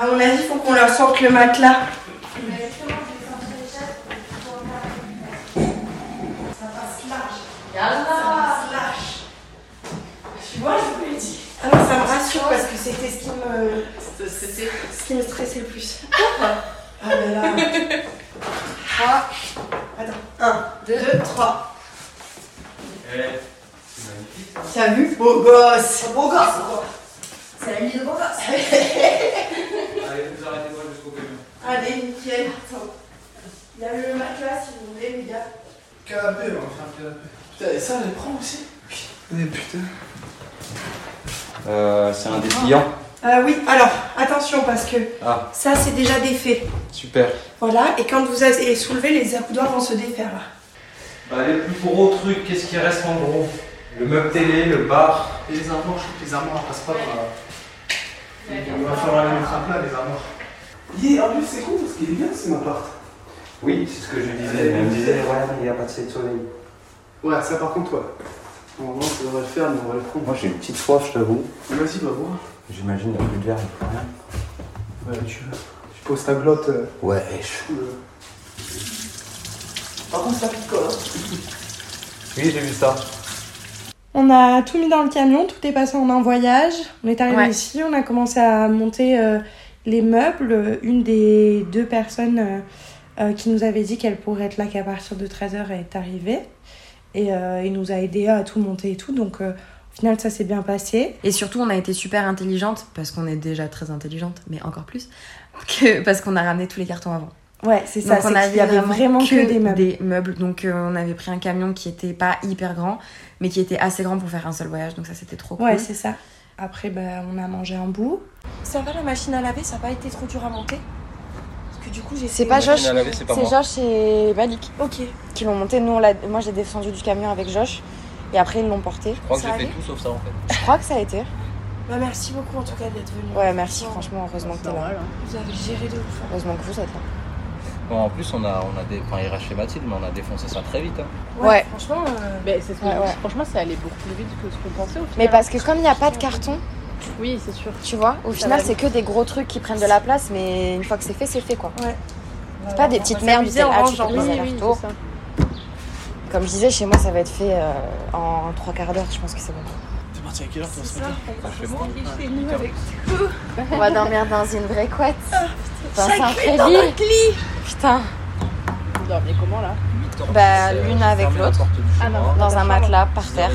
À mon avis, faut qu'on leur sorte le matelas. Ça passe large. Ça passe large. Tu vois, je vous l'ai dit. Ah non, ça me rassure parce que c'était ce qui me... Ce qui me stressait le plus. Ah là là. 3. Attends. 1, 2, 3. T'as vu Beau gosse Beau gosse C'est la nuit de Boba. Allez, vous arrêtez-moi jusqu'au camion. Allez, nickel. Attends. Il y a le matelas si vous voulez, les gars. Canapé, on va faire un canapé. Putain, et ça, je les prends aussi Mais putain. Euh, c'est un dépliant. Euh, oui, alors, attention parce que Ah. ça, c'est déjà défait. Super. Voilà, et quand vous avez soulevé, les accoudoirs vont se défaire là. Bah, les plus gros trucs, qu'est-ce qui reste en gros Le meuble télé, le bar. Et les armoires, je trouve que les armoires, elles passent pas par là. Il va falloir les mettre à plat, les armoires. Yeah, en plus, c'est con parce qu'il est bien, c'est ma part. Oui, c'est ce que je disais. Elle me disait, ouais, il n'y a pas assez de soleil. Ouais, ça par contre, ouais. Normalement, ça devrait le faire, mais on va le prendre. Moi, j'ai une petite soif, je t'avoue. Vas-y, va voir. J'imagine, il n'y a plus de verre, il n'y a plus rien. Ouais, tu, tu poses ta glotte. euh, Ouais, je- sous le... Par contre, ça picole. Hein. oui, j'ai vu ça. On a tout mis dans le camion, tout est passé en un voyage. On est arrivé Ouais. ici, on a commencé à monter euh, les meubles. Une des deux personnes euh, euh, qui nous avait dit qu'elle pourrait être là qu'à partir de 13h est arrivée. Et euh, il nous a aidé à tout monter et tout. Donc euh, au final, ça s'est bien passé. Et surtout, on a été super intelligente, parce qu'on est déjà très intelligente, mais encore plus, que parce qu'on a ramené tous les cartons avant. Ouais, c'est ça. Donc, on c'est qu'il y avait vraiment que, des meubles. meubles. Donc, euh, on avait pris un camion qui était pas hyper grand, mais qui était assez grand pour faire un seul voyage. Donc, ça, c'était trop cool. Ouais, c'est ça. Après, bah, on a mangé un bout. Ça va, la machine à laver, ça n'a pas été trop dur à monter Parce que du coup, j'ai C'est pas Josh, à laver, c'est pas c'est moi. Josh et Malik Ok. qui l'ont monté. Nous, on l'a- moi, j'ai descendu du camion avec Josh et après, ils l'ont porté. Je crois que Ça j'ai fait allait tout sauf ça en fait. Je crois que ça a été. Bah, merci beaucoup en tout cas d'être venu. Ouais, merci, franchement, heureusement que t'es là. Vous avez géré de ouf. Heureusement que vous êtes là. Bon, en plus, on a, on a des... enfin, il reste chez Mathilde, mais on a défoncé ça très vite. hein. Ouais. Franchement, euh, Ben, c'est ce que Ouais, je- ouais. Franchement, ça allait beaucoup plus vite que ce qu'on pensait au final. Mais parce que comme il n'y a pas de carton, Oui, c'est sûr. tu vois, au Ça final, va c'est que des gros trucs qui prennent de la place, mais une fois que c'est fait, c'est fait quoi. Ouais. C'est pas des petites merdes, c'est ah, tu peux Oui, les oui, allers-retours. c'est ça. Comme je disais, chez moi, ça va être fait euh, en trois quarts d'heure, je pense que c'est bon. T'es parti à quelle heure, toi, ce matin Bah, Chez moi. On va dormir dans une vraie couette. Ah, Dans un prélit. Putain, Vous dormiez comment là Bah, l'une avec l'autre. Ah non, non. Dans dans ta un chambre. matelas par terre.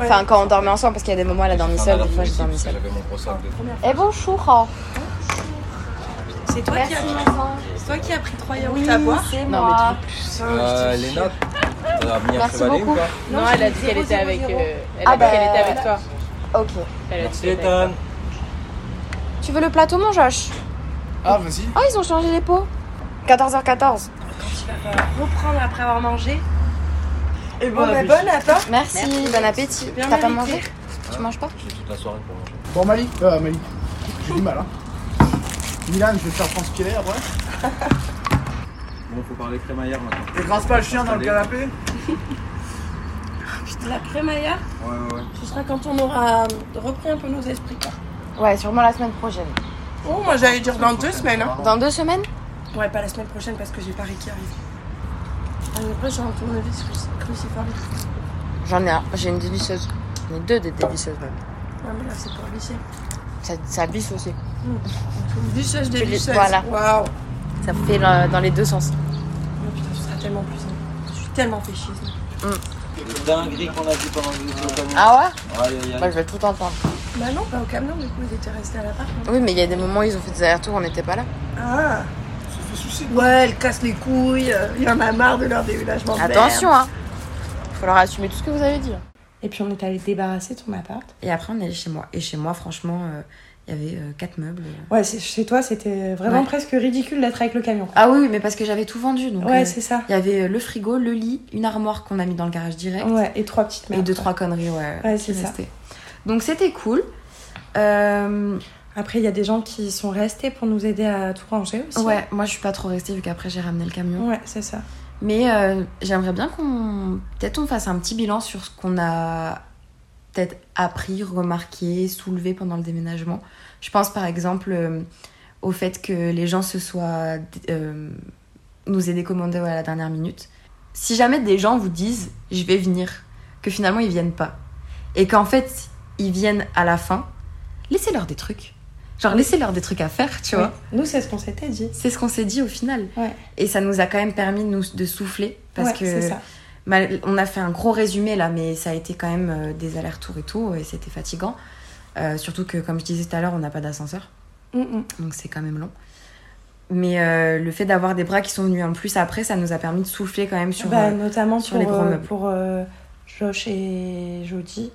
Enfin, quand on dormait ensemble, parce qu'il y a des moments, elle a dormi seule, des fois, j'ai dormi seule. Ah, J'avais mon gros sac de Et bonjour. C'est toi Merci, qui as enfant. c'est toi qui as pris trois yaourts Oui, à boire c'est Non, moi. Euh, Léna, t'as mis un Merci chevalet ou beaucoup. pas Non, elle a dit qu'elle était avec. euh, elle a Ah dit bah, qu'elle était avec toi. Ok. Elle a dit Merci qu'elle était avec toi. Ethan. Tu veux le plateau, mon Josh Ah, vas-y. Oh, ils ont changé les pots. 14h14. reprendre après avoir mangé. Et bon, bah, bonne à toi. Merci, bon appétit. Bien T'as pas mérité. mangé Tu manges pas J'ai toute la soirée pour manger. Bon, Mali. Euh, Mali. J'ai du mal, hein. Milan, je vais te faire transpirer après. Bon, faut parler crémaillère maintenant. Et grince pas le chien dans le canapé La crémaillère, Ouais, ouais, ouais. ce sera quand on aura repris un peu nos esprits. quoi. Ouais, sûrement la semaine prochaine. Oh, moi j'allais dire dans deux semaines. Hein. Dans deux semaines Ouais, pas la semaine prochaine parce que j'ai Paris qui arrive. Et Ah, Après, j'ai un tournevis cruci- cruciforme. J'en ai un. J'ai une délicieuse. J'en ai deux des délicieuses, même. Ouais, mais là c'est pour le lycée. ça, ça glisse aussi. Visseuse des Tu les- visseuses. Voilà. Waouh. Ça fait euh, dans les deux sens. Oh putain, ce sera tellement puissant. Je suis tellement fait chier. ça. Les dingueries qu'on a dit pendant le vidéo camion. Ah Aïe, aïe, ouais aïe. Moi je vais tout entendre. Bah non, pas au camion, du coup, ils étaient restés à la part. Oui, mais il y a des moments où ils ont fait des allers-retours, on n'était pas là. Ah. Ouais, elle casse les couilles, euh, il y en a marre de leur déménagement. Oh, de Attention, merde. hein Faut leur assumer tout ce que vous avez dit. hein. Et puis on est allé débarrasser ton appart. Et après, on est allé chez moi. Et chez moi, franchement, euh, il y avait euh, quatre meubles. Ouais, c'est- chez toi, c'était vraiment Ouais. presque ridicule d'être avec le camion. Ah oui, mais parce que j'avais tout vendu. Donc, Ouais, euh, c'est ça. Il y avait euh, le frigo, le lit, une armoire qu'on a mis dans le garage direct. Ouais, et trois petites Et deux, trois conneries, ouais. Ouais, qui c'est ça. restaient. Donc c'était cool. Euh, Après, il y a des gens qui sont restés pour nous aider à tout ranger aussi. Ouais, moi je suis pas trop restée vu qu'après j'ai ramené le camion. Ouais, c'est ça. Mais euh, j'aimerais bien qu'on. Peut-être on fasse un petit bilan sur ce qu'on a peut-être appris, remarqué, soulevé pendant le déménagement. Je pense par exemple euh, au fait que les gens se soient. euh, nous aient décommandé à la dernière minute. Si jamais des gens vous disent je vais venir, que finalement ils viennent pas, et qu'en fait ils viennent à la fin, laissez-leur des trucs. Genre laissez-leur des trucs à faire, tu Oui. vois. Nous, c'est ce qu'on s'était dit. C'est ce qu'on s'est dit au final. Ouais. Et ça nous a quand même permis de, nous, de souffler. Parce Ouais, que c'est ça. mal- on a fait un gros résumé là, mais ça a été quand même euh, des allers-retours et tout, et c'était fatigant. Euh, surtout que, comme je disais tout à l'heure, on n'a pas d'ascenseur. Mm, mm. Donc c'est quand même long. Mais euh, le fait d'avoir des bras qui sont venus en plus après, ça nous a permis de souffler quand même sur, Bah, euh, notamment sur pour, les gros euh, meubles. Mm. pour euh, Josh et Jody,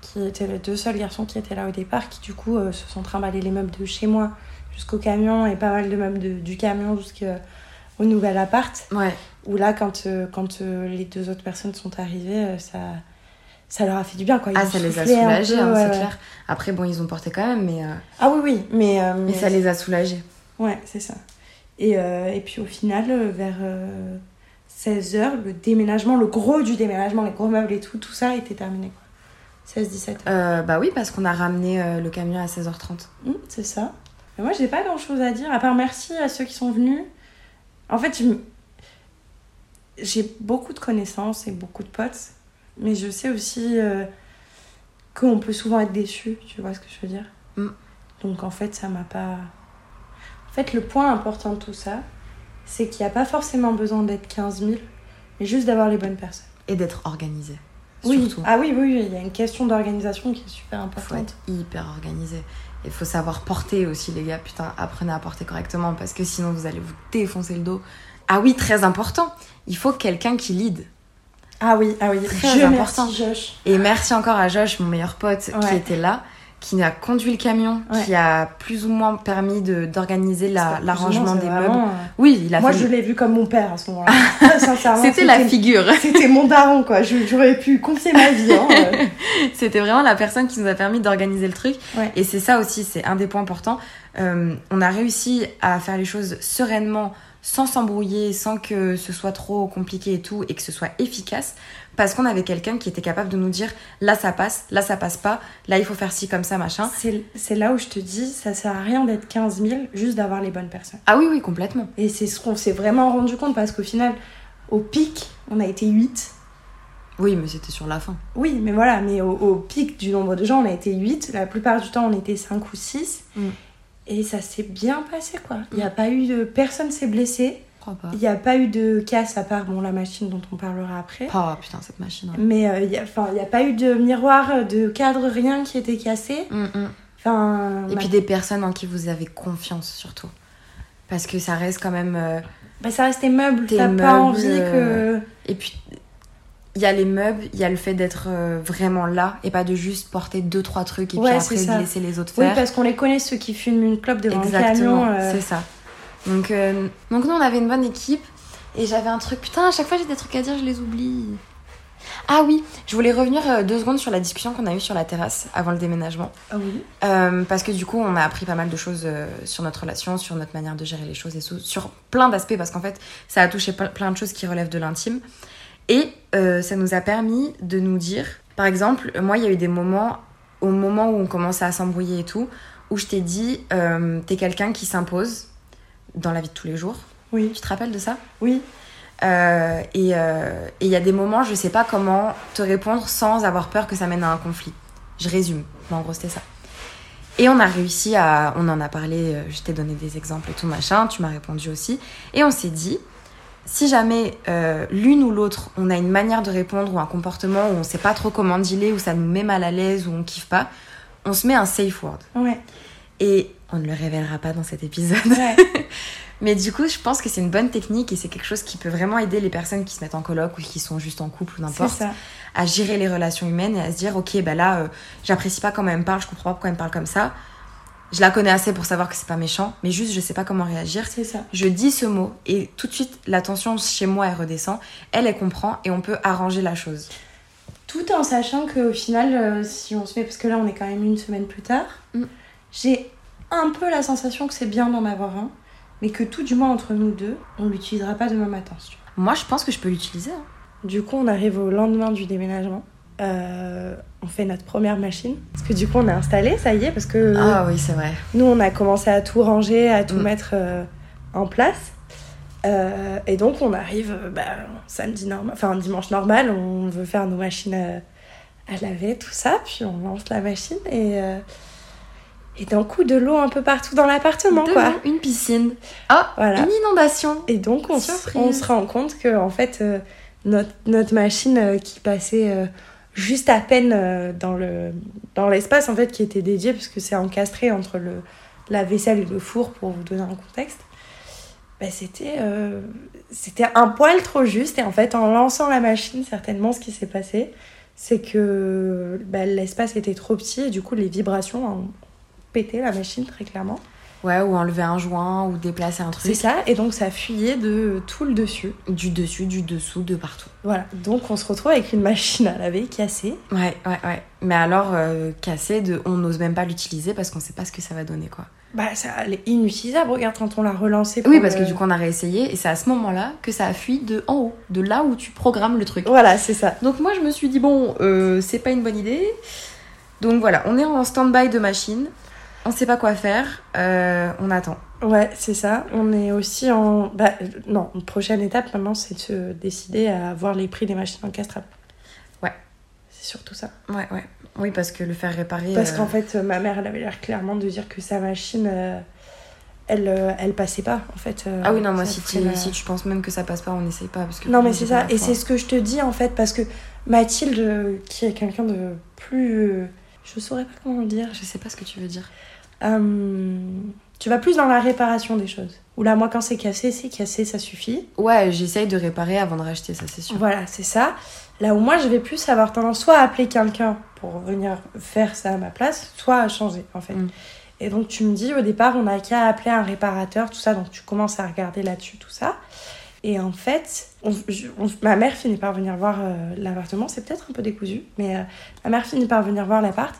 qui étaient les deux seuls garçons qui étaient là au départ, qui du coup euh, se sont trimballés les meubles de chez moi jusqu'au camion et pas mal de meubles de- du camion jusqu'au nouvel appart. Ouais. Où là, quand, euh, quand euh, les deux autres personnes sont arrivées, euh, ça, ça leur a fait du bien. Quoi. Ils Ah, ont ça les a soufflé un soulagés, peu, hein, ouais, c'est ouais. clair. Après, bon, ils ont porté quand même, mais. euh, Ah oui, oui, mais. euh, mais ça les a soulagés. Ouais, c'est ça. Et, euh, et puis au final, euh, vers 16h, le déménagement, le gros du déménagement, les gros meubles et tout, tout ça était terminé. quoi. 16-17 heures. Euh, bah oui, parce qu'on a ramené euh, le camion à 16h30. Hum, c'est ça. Mais moi, j'ai pas grand chose à dire, à part merci à ceux qui sont venus. En fait, je m- j'ai beaucoup de connaissances et beaucoup de potes, mais je sais aussi euh, qu'on peut souvent être déçu, tu vois ce que je veux dire Hmm. Donc en fait, ça m'a pas. En fait, le point important de tout ça, c'est qu'il n'y a pas forcément besoin d'être 15 000, mais juste d'avoir les bonnes personnes. Et d'être organisé. Oui. Surtout. Ah oui, oui, oui, il y a une question d'organisation qui est super faut importante. être hyper organisé. Il faut savoir porter aussi, les gars. Putain, apprenez à porter correctement parce que sinon vous allez vous défoncer le dos. Ah oui, très important. Il faut quelqu'un qui lead. Ah oui, ah oui, très Dieu important. merci, Josh. Et merci encore à Josh, mon meilleur pote, qui Ouais. était là, qui a conduit le camion, Ouais. qui a plus ou moins permis de- d'organiser la- Plus ou l'arrangement moins, c'est des vraiment, meubles. euh, Oui, il a Moi, fait. je l'ai vu comme mon père à ce moment-là. Très Sincèrement. C'était la figure. C'était mon daron, quoi. Je- J'aurais pu confier ma vie. hein. C'était vraiment la personne qui nous a permis d'organiser le truc. Ouais. Et c'est ça aussi, c'est un des points importants. Euh, on a réussi à faire les choses sereinement, sans s'embrouiller, sans que ce soit trop compliqué et tout, et que ce soit efficace, parce qu'on avait quelqu'un qui était capable de nous dire là ça passe, là ça passe pas, là il faut faire ci comme ça, machin. C'est- C'est là où je te dis, ça sert à rien d'être 15 000, juste d'avoir les bonnes personnes. Ah oui, oui, complètement. Et c'est ce qu'on s'est vraiment rendu compte parce qu'au final, au pic, on a été 8. Oui, mais c'était sur la fin. Oui, mais voilà, mais au, au pic du nombre de gens, on a été 8. La plupart du temps, on était 5 ou 6. Mm. Et ça s'est bien passé, quoi. Il n'y a pas eu de. Personne s'est blessé. Il n'y a pas eu de casse à part, bon, la machine dont on parlera après. Oh putain, cette machine. ouais. Mais il n'y a, 'fin, y a pas eu de miroir, euh, de cadre, rien qui était cassé. Enfin, bah, Et ma- puis des personnes en qui vous avez confiance surtout. Parce que ça reste quand même. euh, bah, ça reste tes meubles, tes t'as pas meubles, envie euh, que... Et puis, il y a les meubles, il y a le fait d'être euh, vraiment là et pas de juste porter deux, trois trucs et Ouais, puis c'est après ça. de laisser les autres Oui, faire. parce qu'on les connaît, ceux qui fument une clope devant Exactement, le camion. euh, c'est ça. Donc, euh, donc nous, on avait une bonne équipe et j'avais un truc. Putain, à chaque fois, j'ai des trucs à dire, je les oublie. Ah oui, je voulais revenir euh, deux secondes sur la discussion qu'on a eue sur la terrasse avant le déménagement. Ah oui. Euh, parce que du coup, on a appris pas mal de choses euh, sur notre relation, sur notre manière de gérer les choses et sou- sur plein d'aspects, parce qu'en fait, ça a touché ple- plein de choses qui relèvent de l'intime. Et euh, ça nous a permis de nous dire, par exemple, moi, il y a eu des moments, au moment où on commençait à s'embrouiller et tout, où je t'ai dit, euh, t'es quelqu'un qui s'impose dans la vie de tous les jours. Oui. Tu te rappelles de ça Oui. Euh, et euh, et il y a des moments, je sais pas comment te répondre sans avoir peur que ça mène à un conflit. Je résume, mais en gros, c'était ça. Et on a réussi à. On en a parlé, euh, je t'ai donné des exemples et tout machin, tu m'as répondu aussi. Et on s'est dit, si jamais euh, l'une ou l'autre, on a une manière de répondre ou un comportement où on sait pas trop comment dealer, où ça nous met mal à l'aise, où on kiffe pas, on se met un safe word. Ouais. Et on ne le révélera pas dans cet épisode. Mais du coup, je pense que c'est une bonne technique et c'est quelque chose qui peut vraiment aider les personnes qui se mettent en coloc ou qui sont juste en couple ou n'importe C'est ça. à gérer les relations humaines et à se dire ok bah là euh, j'apprécie pas comment elle me parle, je comprends pas pourquoi elle me parle comme ça. Je la connais assez pour savoir que c'est pas méchant, mais juste je sais pas comment réagir. C'est ça. Je dis ce mot et tout de suite la tension chez moi elle redescend, elle elle comprend et on peut arranger la chose. Tout en sachant qu'au final, euh, si on se met, parce que là on est quand même une semaine plus tard, Mm. j'ai un peu la sensation que c'est bien d'en avoir un, mais que tout du moins entre nous deux, on l'utilisera pas demain matin. Moi je pense que je peux l'utiliser. hein. Du coup, on arrive au lendemain du déménagement. Euh, on fait notre première machine. Parce que du coup, on a installé, ça y est, parce que. Ah Mm. oui, c'est vrai. Nous, on a commencé à tout ranger, à tout mettre euh, en place. Euh, et donc, on arrive euh, bah, samedi normal, enfin dimanche normal, on veut faire nos machines euh, à, à laver, tout ça, puis on lance la machine et. euh, et d'un coup, de l'eau un peu partout dans l'appartement, De quoi. l'eau, Une piscine. Ah, une inondation. Et donc, on, se- Surprise. on se rend compte que, en fait, euh, notre, notre machine euh, qui passait euh, juste à peine euh, dans le dans l'espace, en fait, qui était dédié, puisque c'est encastré entre le, la vaisselle et le four, pour vous donner un contexte, bah, c'était euh, c'était un poil trop juste. Et en fait, en lançant la machine, certainement, ce qui s'est passé, c'est que bah, l'espace était trop petit, et du coup, les vibrations ont pété la machine, très clairement. Ouais, ou enlever un joint ou déplacer un truc. C'est ça, et donc ça fuyait de tout le dessus. Du dessus, du dessous, de partout. Voilà, donc on se retrouve avec une machine à laver cassée. Ouais, ouais, ouais. Mais alors, euh, cassé, de, on n'ose même pas l'utiliser parce qu'on sait pas ce que ça va donner, quoi. Bah, ça, elle est inutilisable, regarde quand on l'a relancée. Oui, pour parce que le- du coup, on a réessayé et c'est à ce moment-là que ça a fui de en haut, de là où tu programmes le truc. Voilà, c'est ça. Donc moi, je me suis dit, bon, euh, c'est pas une bonne idée. Donc voilà, on est en stand-by de machine, on sait pas quoi faire, euh, on attend. Ouais, c'est ça. On est aussi en. Bah, euh, non, une prochaine étape maintenant, c'est de se décider à voir les prix des machines encastrables. Ouais. C'est surtout ça. Ouais, ouais. Oui, parce que le faire réparer. Parce euh, qu'en fait, euh, ma mère, elle avait l'air clairement de dire que sa machine, euh, elle, euh, elle passait pas, en fait. euh, Ah oui, non, moi, ça si tu, prenait la- si tu penses même que ça passe pas, on n'essaye pas. Parce que Non, mais c'est j'ai pas ça. la Et foi. c'est ce que je te dis, en fait, parce que Mathilde, euh, qui est quelqu'un de plus. euh, Je saurais pas comment le dire. Je sais pas ce que tu veux dire. Euh, tu vas plus dans la réparation des choses. Ou là, moi, quand c'est cassé, c'est cassé, ça suffit. Ouais, j'essaye de réparer avant de racheter, ça c'est sûr. Voilà, c'est ça. Là où moi, je vais plus avoir tendance soit à appeler quelqu'un pour venir faire ça à ma place, soit à changer, en fait. Et donc, tu me dis, au départ, on n'a qu'à appeler un réparateur, tout ça. Donc, tu commences à regarder là-dessus, tout ça. Et en fait, on- je- on- ma mère finit par venir voir euh, l'appartement. C'est peut-être un peu décousu, mais euh, ma mère finit par venir voir l'appart.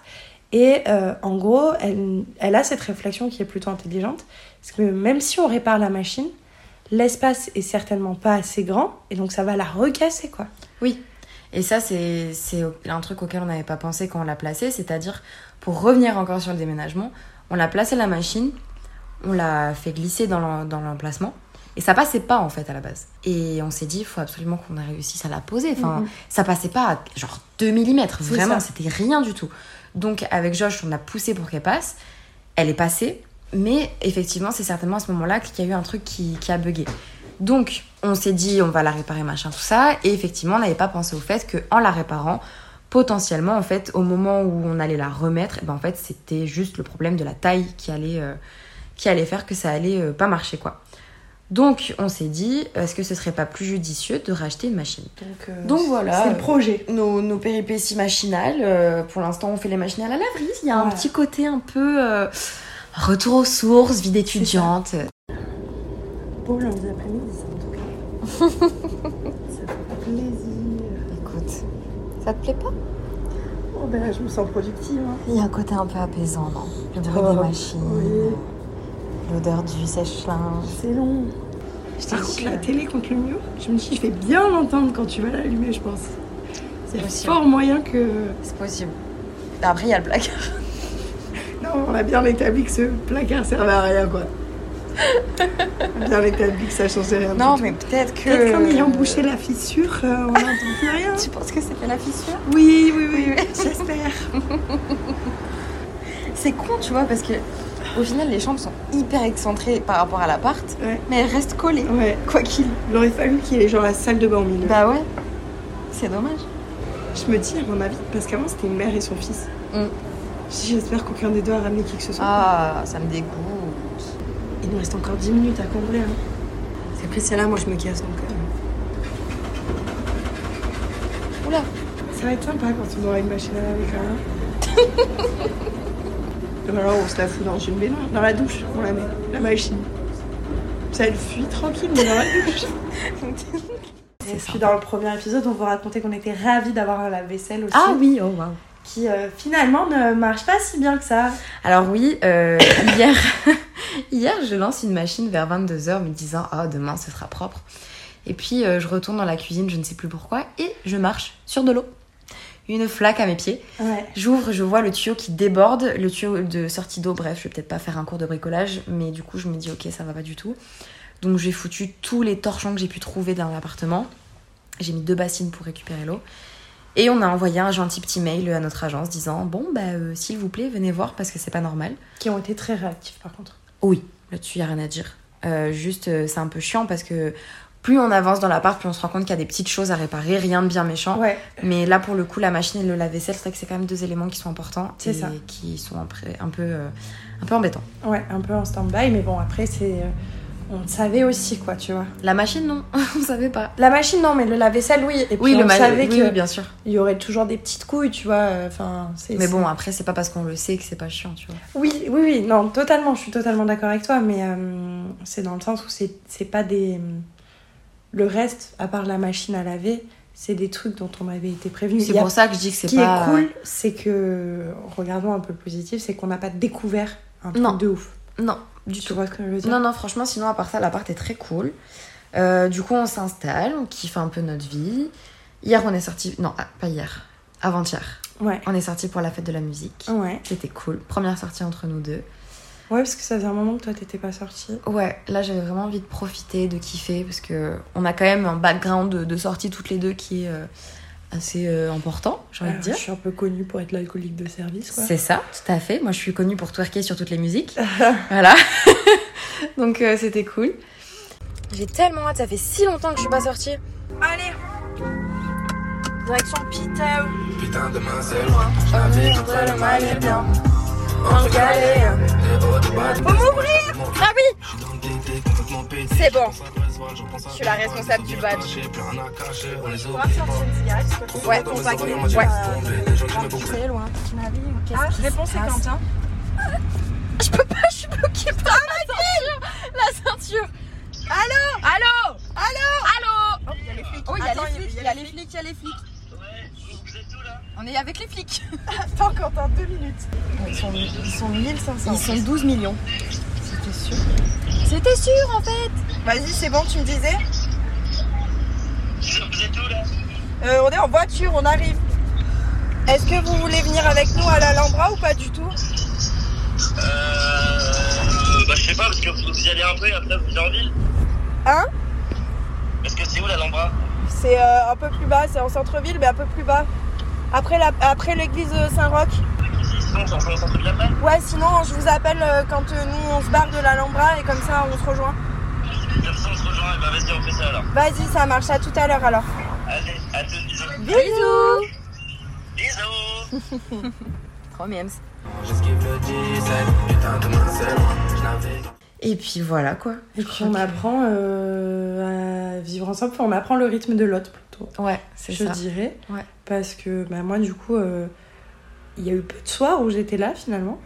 Et euh, en gros, elle, elle a cette réflexion qui est plutôt intelligente. Parce que même si on répare la machine, l'espace est certainement pas assez grand. Et donc, ça va la recasser, quoi. Oui. Et ça, c'est c'est un truc auquel on n'avait pas pensé quand on l'a placé, c'est-à-dire, pour revenir encore sur le déménagement, on l'a placé la machine, on l'a fait glisser dans l'en- dans l'emplacement, et ça passait pas en fait à la base. Et on s'est dit, il faut absolument qu'on ait réussi à la poser. Enfin, Mhm. ça passait pas à genre 2 mm, C'est vraiment, ça. c'était rien du tout. Donc, avec Josh, on a poussé pour qu'elle passe, elle est passée, mais effectivement, c'est certainement à ce moment-là qu'il y a eu un truc qui, qui a bugué. Donc, on s'est dit, on va la réparer, machin, tout ça, et effectivement, on n'avait pas pensé au fait qu'en la réparant, potentiellement, en fait, au moment où on allait la remettre, eh ben, en fait, c'était juste le problème de la taille qui allait, euh, qui allait faire que ça allait euh, pas marcher, quoi. Donc, on s'est dit, est-ce que ce serait pas plus judicieux de racheter une machine Donc, euh, donc voilà. euh, C'est le projet. Nos, nos péripéties machinales. euh, pour l'instant, on fait les machines à la laverie. Il y a un petit côté un peu euh, retour aux sources, vie d'étudiante. Beau lundi après-midi, en tout cas. ça fait plaisir. Écoute, ça te plaît pas Oh ben, je me sens productive. hein. Il y a un côté un peu apaisant, non Le bruit Oh, des machines, l'odeur du sèche-linge. C'est long. Je t'ai dit, la télé contre le mur. Je me dis, je vais bien l'entendre quand tu vas l'allumer, je pense. C'est possible. fort moyen que. C'est possible. Après, il y a le placard. Non, on a bien établi que ce placard servait à rien, quoi. On a bien établi que ça changeait rien. Non, du mais tout. peut-être que. Peut-être qu'en ayant bouché la fissure, euh, on n'entend plus rien. Tu penses que c'était la fissure Oui, oui, oui, j'espère. C'est con, tu vois, parce que au final, les chambres sont hyper excentrées par rapport à l'appart, mais elles restent collées. Quoi qu'il. Il aurait fallu qu'il y ait genre la salle de bain au milieu. Bah ouais. C'est dommage. Je me dis, à mon avis, parce qu'avant c'était une mère et son fils. Mm. Je dis, J'espère qu'aucun des deux a ramené qui que ce soit. Ah, ça me dégoûte. Il nous reste encore 10 minutes à combler. Hein. C'est pris celle-là, moi je me casse donc. euh. Oula Ça va être sympa quand on aura une machine à laver quand même. Ou alors on se la fout dans une baignoire, dans la douche, on la met, la machine. Ça elle fuit tranquille, mais dans la douche. Et puis dans le premier épisode, on vous racontait qu'on était ravis d'avoir un lave-vaisselle aussi. Ah oui, oh waouh. Qui euh, finalement ne marche pas si bien que ça. Alors oui, euh, hier, hier, je lance une machine vers 22h me disant « Ah, demain, ce sera propre ». Et puis, euh, je retourne dans la cuisine, je ne sais plus pourquoi, et je marche sur de l'eau. Une flaque à mes pieds. Ouais. J'ouvre, je vois le tuyau qui déborde, le tuyau de sortie d'eau. Bref, je vais peut-être pas faire un cours de bricolage, mais du coup, je me dis « Ok, ça va pas du tout ». Donc, j'ai foutu tous les torchons que j'ai pu trouver dans l'appartement. J'ai mis deux bassines pour récupérer l'eau. Et on a envoyé un gentil petit mail à notre agence disant Bon, bah, euh, s'il vous plaît, venez voir parce que c'est pas normal. Qui ont été très réactifs par contre. Oui, là-dessus, il a rien à dire. Euh, juste, euh, c'est un peu chiant parce que plus on avance dans l'appart, plus on se rend compte qu'il y a des petites choses à réparer, rien de bien méchant. Mais là, pour le coup, la machine et le lave-vaisselle, c'est vrai que c'est quand même deux éléments qui sont importants C'est et ça. qui sont un peu, un peu, euh, un peu embêtants. Ouais, un peu en stand-by, mais bon, après, c'est. euh, On le savait aussi, quoi, tu vois. La machine, non, on savait pas. La machine, non, mais le lave-vaisselle, oui. Et puis, oui, on le mal, savait oui, que oui, bien sûr. il y aurait toujours des petites couilles, tu vois. euh, Enfin, c'est. Mais c'est- bon, après, c'est pas parce qu'on le sait que c'est pas chiant, tu vois. Oui, oui, oui, non, totalement, je suis totalement d'accord avec toi, mais euh, c'est dans le sens où c'est c'est pas des. mm, Le reste, à part la machine à laver, c'est des trucs dont on avait été prévenu. C'est pour ça que je dis que c'est Ce qui pas- est cool, c'est que, regardons un peu le positif, c'est qu'on n'a pas découvert un truc Non. de ouf. Non, du tout. Tu vois ce que je veux dire Non, non, franchement, sinon, à part ça, l'appart est très cool. Euh, du coup, on s'installe, on kiffe un peu notre vie. Hier, on est sorti. Non, ah, pas hier. Avant-hier. Ouais. On est sorti pour la fête de la musique. Ouais. C'était cool. Première sortie entre nous deux. Ouais, parce que ça faisait un moment que toi t'étais pas sortie. Ouais, là, j'avais vraiment envie de profiter, de kiffer, parce que on a quand même un background de, de sortie toutes les deux qui est euh, assez euh, important, j'ai envie Euh, de dire. Je suis un peu connue pour être l'alcoolique de service, quoi. C'est ça, tout à fait. Moi, je suis connue pour twerker sur toutes les musiques. voilà. Donc, euh, c'était cool. J'ai tellement hâte, ça fait si longtemps que je suis pas sortie. Allez Direction Pitown Putain, demain c'est loin. La vie entre le mal et le bien. Entre galère, les hauts, les bas, les Faut m'ouvrir Ah oui C'est bon. Je suis la responsable du badge. On les oublie. Ouais, ton paquet. Ouais. Ah, réponse c'est Quentin. Je peux pas, je suis bloquée par la ceinture La ceinture Allô Allô Allô Allô Oh, il y a les flics, il y a les flics, il y a les flics. On est avec les flics. Attends, Quentin, deux minutes. Ils sont, ils sont 1500. Ils sont 12 millions. C'était sûr. C'était sûr, en fait. Vas-y, c'est bon, tu me disais Euh, on est en voiture, on arrive. Est-ce que vous voulez venir avec nous à l'Alhambra ou pas du tout Euh, bah, je sais pas, parce que vous y allez un peu et après vous êtes en ville. Hein Parce que c'est où la Lambra C'est euh, un peu plus bas, c'est en centre-ville, mais un peu plus bas. Après la- après l'église de Saint-Roch. Ouais, sinon je vous appelle euh, quand euh, nous on se barre de l'Alhambra et comme ça on se rejoint. Personne se rejoint, et bah vas-y, on fait ça alors. Vas-y, ça marche, à tout à l'heure alors. Allez, à tous, bisous. Bisous Bisous Trop miams. J'esquive le 17. Putain, demain c'est loin. Je navigue. Et puis voilà quoi. Et puis on apprend euh, à vivre ensemble, Enfin, on apprend le rythme de l'autre plutôt. Ouais, c'est Je ça. dirais. Ouais. Parce que bah, moi, du coup, euh, il y a eu peu de soirs où j'étais là finalement.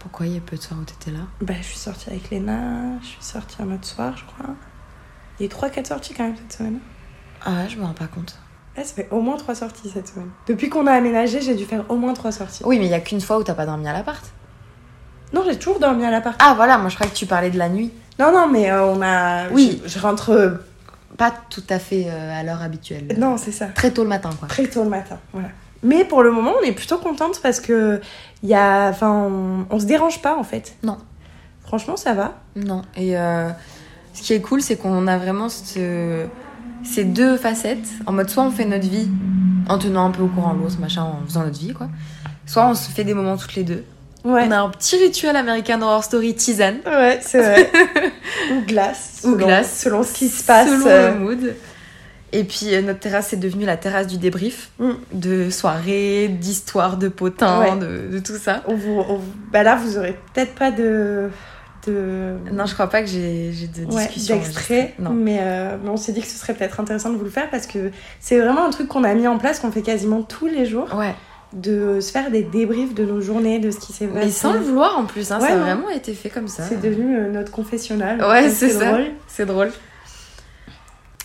Pourquoi il y a peu de soirs où t'étais là Bah, je suis sortie avec Léna, je suis sortie un autre soir, je crois. Il y a eu 3-4 sorties quand même cette semaine. Ah ouais, je me rends pas compte. Là, ça fait au moins 3 sorties cette semaine. Depuis qu'on a aménagé, j'ai dû faire au moins 3 sorties. Oui, mais il y a qu'une fois où t'as pas dormi à l'appart. Non, j'ai toujours dormi à l'appart. Ah voilà, moi je croyais que tu parlais de la nuit. Non, non, mais euh, on a. Oui. Je, je rentre. euh, Pas tout à fait euh, à l'heure habituelle. Non, c'est ça. Très tôt le matin, quoi. Très tôt le matin, voilà. Mais pour le moment, on est plutôt contente parce que il y a, enfin, on, on se dérange pas en fait. Non. Franchement, ça va. Non. Et euh, ce qui est cool, c'est qu'on a vraiment ce- ces deux facettes. En mode, soit on fait notre vie en tenant un peu au courant l'autre, machin, en faisant notre vie, quoi. Soit on se fait des moments toutes les deux. On a un petit rituel américain d'horror story tisane. Ouais, c'est vrai. Ou glace. Ou selon- glace. Selon ce qui se passe. Selon euh, le mood. Et puis euh, notre terrasse est devenue la terrasse du débrief, de soirées, d'histoires, de potins, Mm. Ouais. de, de tout ça. on vous, on vous- bah là, vous aurez peut-être pas de. de... Non, je crois pas que j'ai j'ai de Ouais, discussion. d'extrait, Non. mais, euh, mais on s'est dit que ce serait peut-être intéressant de vous le faire parce que c'est vraiment un truc qu'on a mis en place, qu'on fait quasiment tous les jours. De se faire des débriefs de nos journées, de ce qui s'est passé. Mais sans le vouloir en plus, hein, Ouais, ça a non. vraiment été fait comme ça. C'est devenu euh, notre confessionnal. Ouais, Donc, c'est ça. drôle. C'est drôle.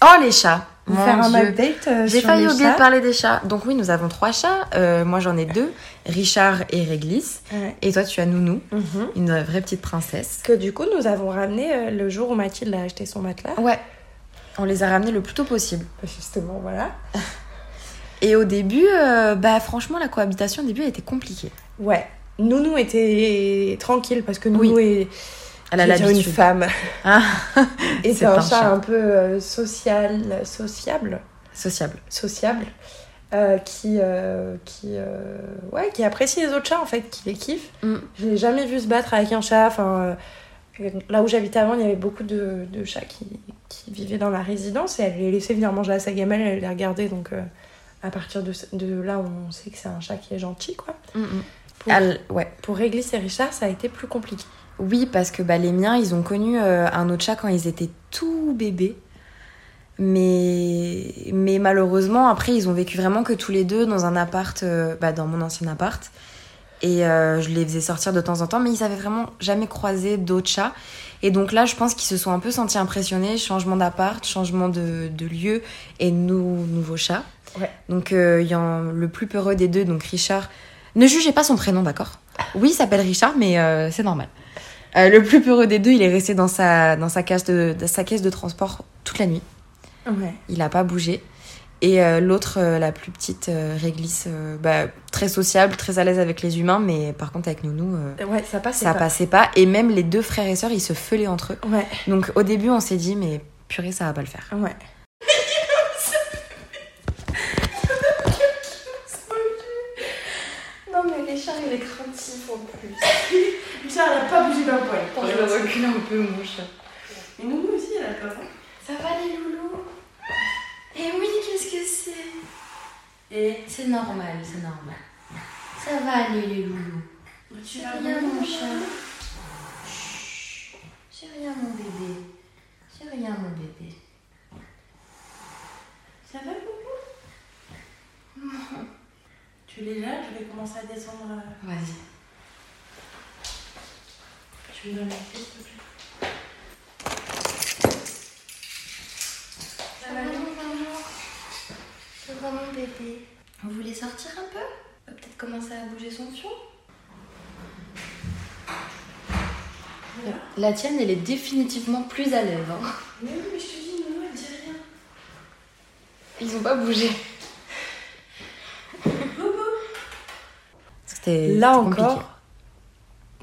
Oh les chats Vous Mon faire un Dieu. update euh, J'ai sur failli les oublier chats. de parler des chats. Donc oui, nous avons trois chats. Euh, moi j'en ai deux, Richard et Réglisse. Ouais. Et toi tu as Nounou, Mhm. une vraie petite princesse. Que du coup, nous avons ramené euh, le jour où Mathilde a acheté son matelas. Ouais. On les a ramenés le plus tôt possible. Justement, voilà. Et au début, euh, bah franchement la cohabitation au début elle était compliquée. Ouais. Nounou était tranquille parce que Nounou est Elle a j'allais dire l'habitude. Ah. une femme. et c'est c'est un, un chat, chat. un peu euh, social, sociable, Sociable. sociable, euh, qui, euh, qui, euh, ouais, qui apprécie les autres chats en fait, qui les kiffe. Mm. Je l'ai jamais vu se battre avec un chat. Enfin, euh, là où j'habitais avant, il y avait beaucoup de, de chats qui, qui vivaient dans la résidence et elle les laissait venir manger à sa gamelle, elle les regardait. Donc euh, à partir de, de là, on sait que c'est un chat qui est gentil, quoi. Mm, Pour, Elle- ouais. pour Réglisse et Richard, ça a été plus compliqué. Oui, parce que bah, les miens, ils ont connu euh, un autre chat quand ils étaient tout bébés. Mais, mais malheureusement, après, ils ont vécu vraiment que tous les deux dans un appart, euh, bah, dans mon ancien appart. Et euh, je les faisais sortir de temps en temps, mais ils avaient vraiment jamais croisé d'autres chats. Et donc là, je pense qu'ils se sont un peu sentis impressionnés. Changement d'appart, changement de, de lieu et nou- nouveau chat. Ouais. Donc, euh, il y en, le plus peureux des deux, donc Richard. Ne jugez pas son prénom, d'accord Oui, il s'appelle Richard, mais euh, c'est normal. Euh, le plus peureux des deux, il est resté dans sa, dans sa, cage de, dans sa caisse de transport toute la nuit. Ouais. Il n'a pas bougé. Et euh, l'autre, euh, la plus petite euh, réglisse, euh, bah, très sociable, très à l'aise avec les humains, mais par contre avec Nounou, euh, Ouais, ça passait ça pas. passait pas. Et même les deux frères et sœurs, ils se feulaient entre eux. Ouais. Donc au début, on s'est dit, mais purée, ça va pas le faire. Ouais. Non, mais les chats, il est craintif en plus. Richard, il a pas bougé d'un poil. Attends, je le recule un peu, mon chat. Mais Nounou aussi, elle a peur. hein. Ça va les loulous Et Eh oui, qu'est-ce que c'est Eh, C'est normal, c'est normal. Ça va aller les loulous. C'est rien mon chat. Chut. C'est rien mon bébé. C'est rien mon bébé. Ça va, Loulou Tu l'es là, je vais commencer à descendre. euh, Vas-y. Tu me donnes la clé, s'il te plaît. Ça va mon maman Ça va mon bébé Vous voulez sortir un peu On va peut-être commencer à bouger son fion La tienne, elle est définitivement plus à l'aise. hein. Mais oui, mais je te dis, Nounou, elle dit rien. Ils ont pas bougé. C'était Là c'était compliqué. encore,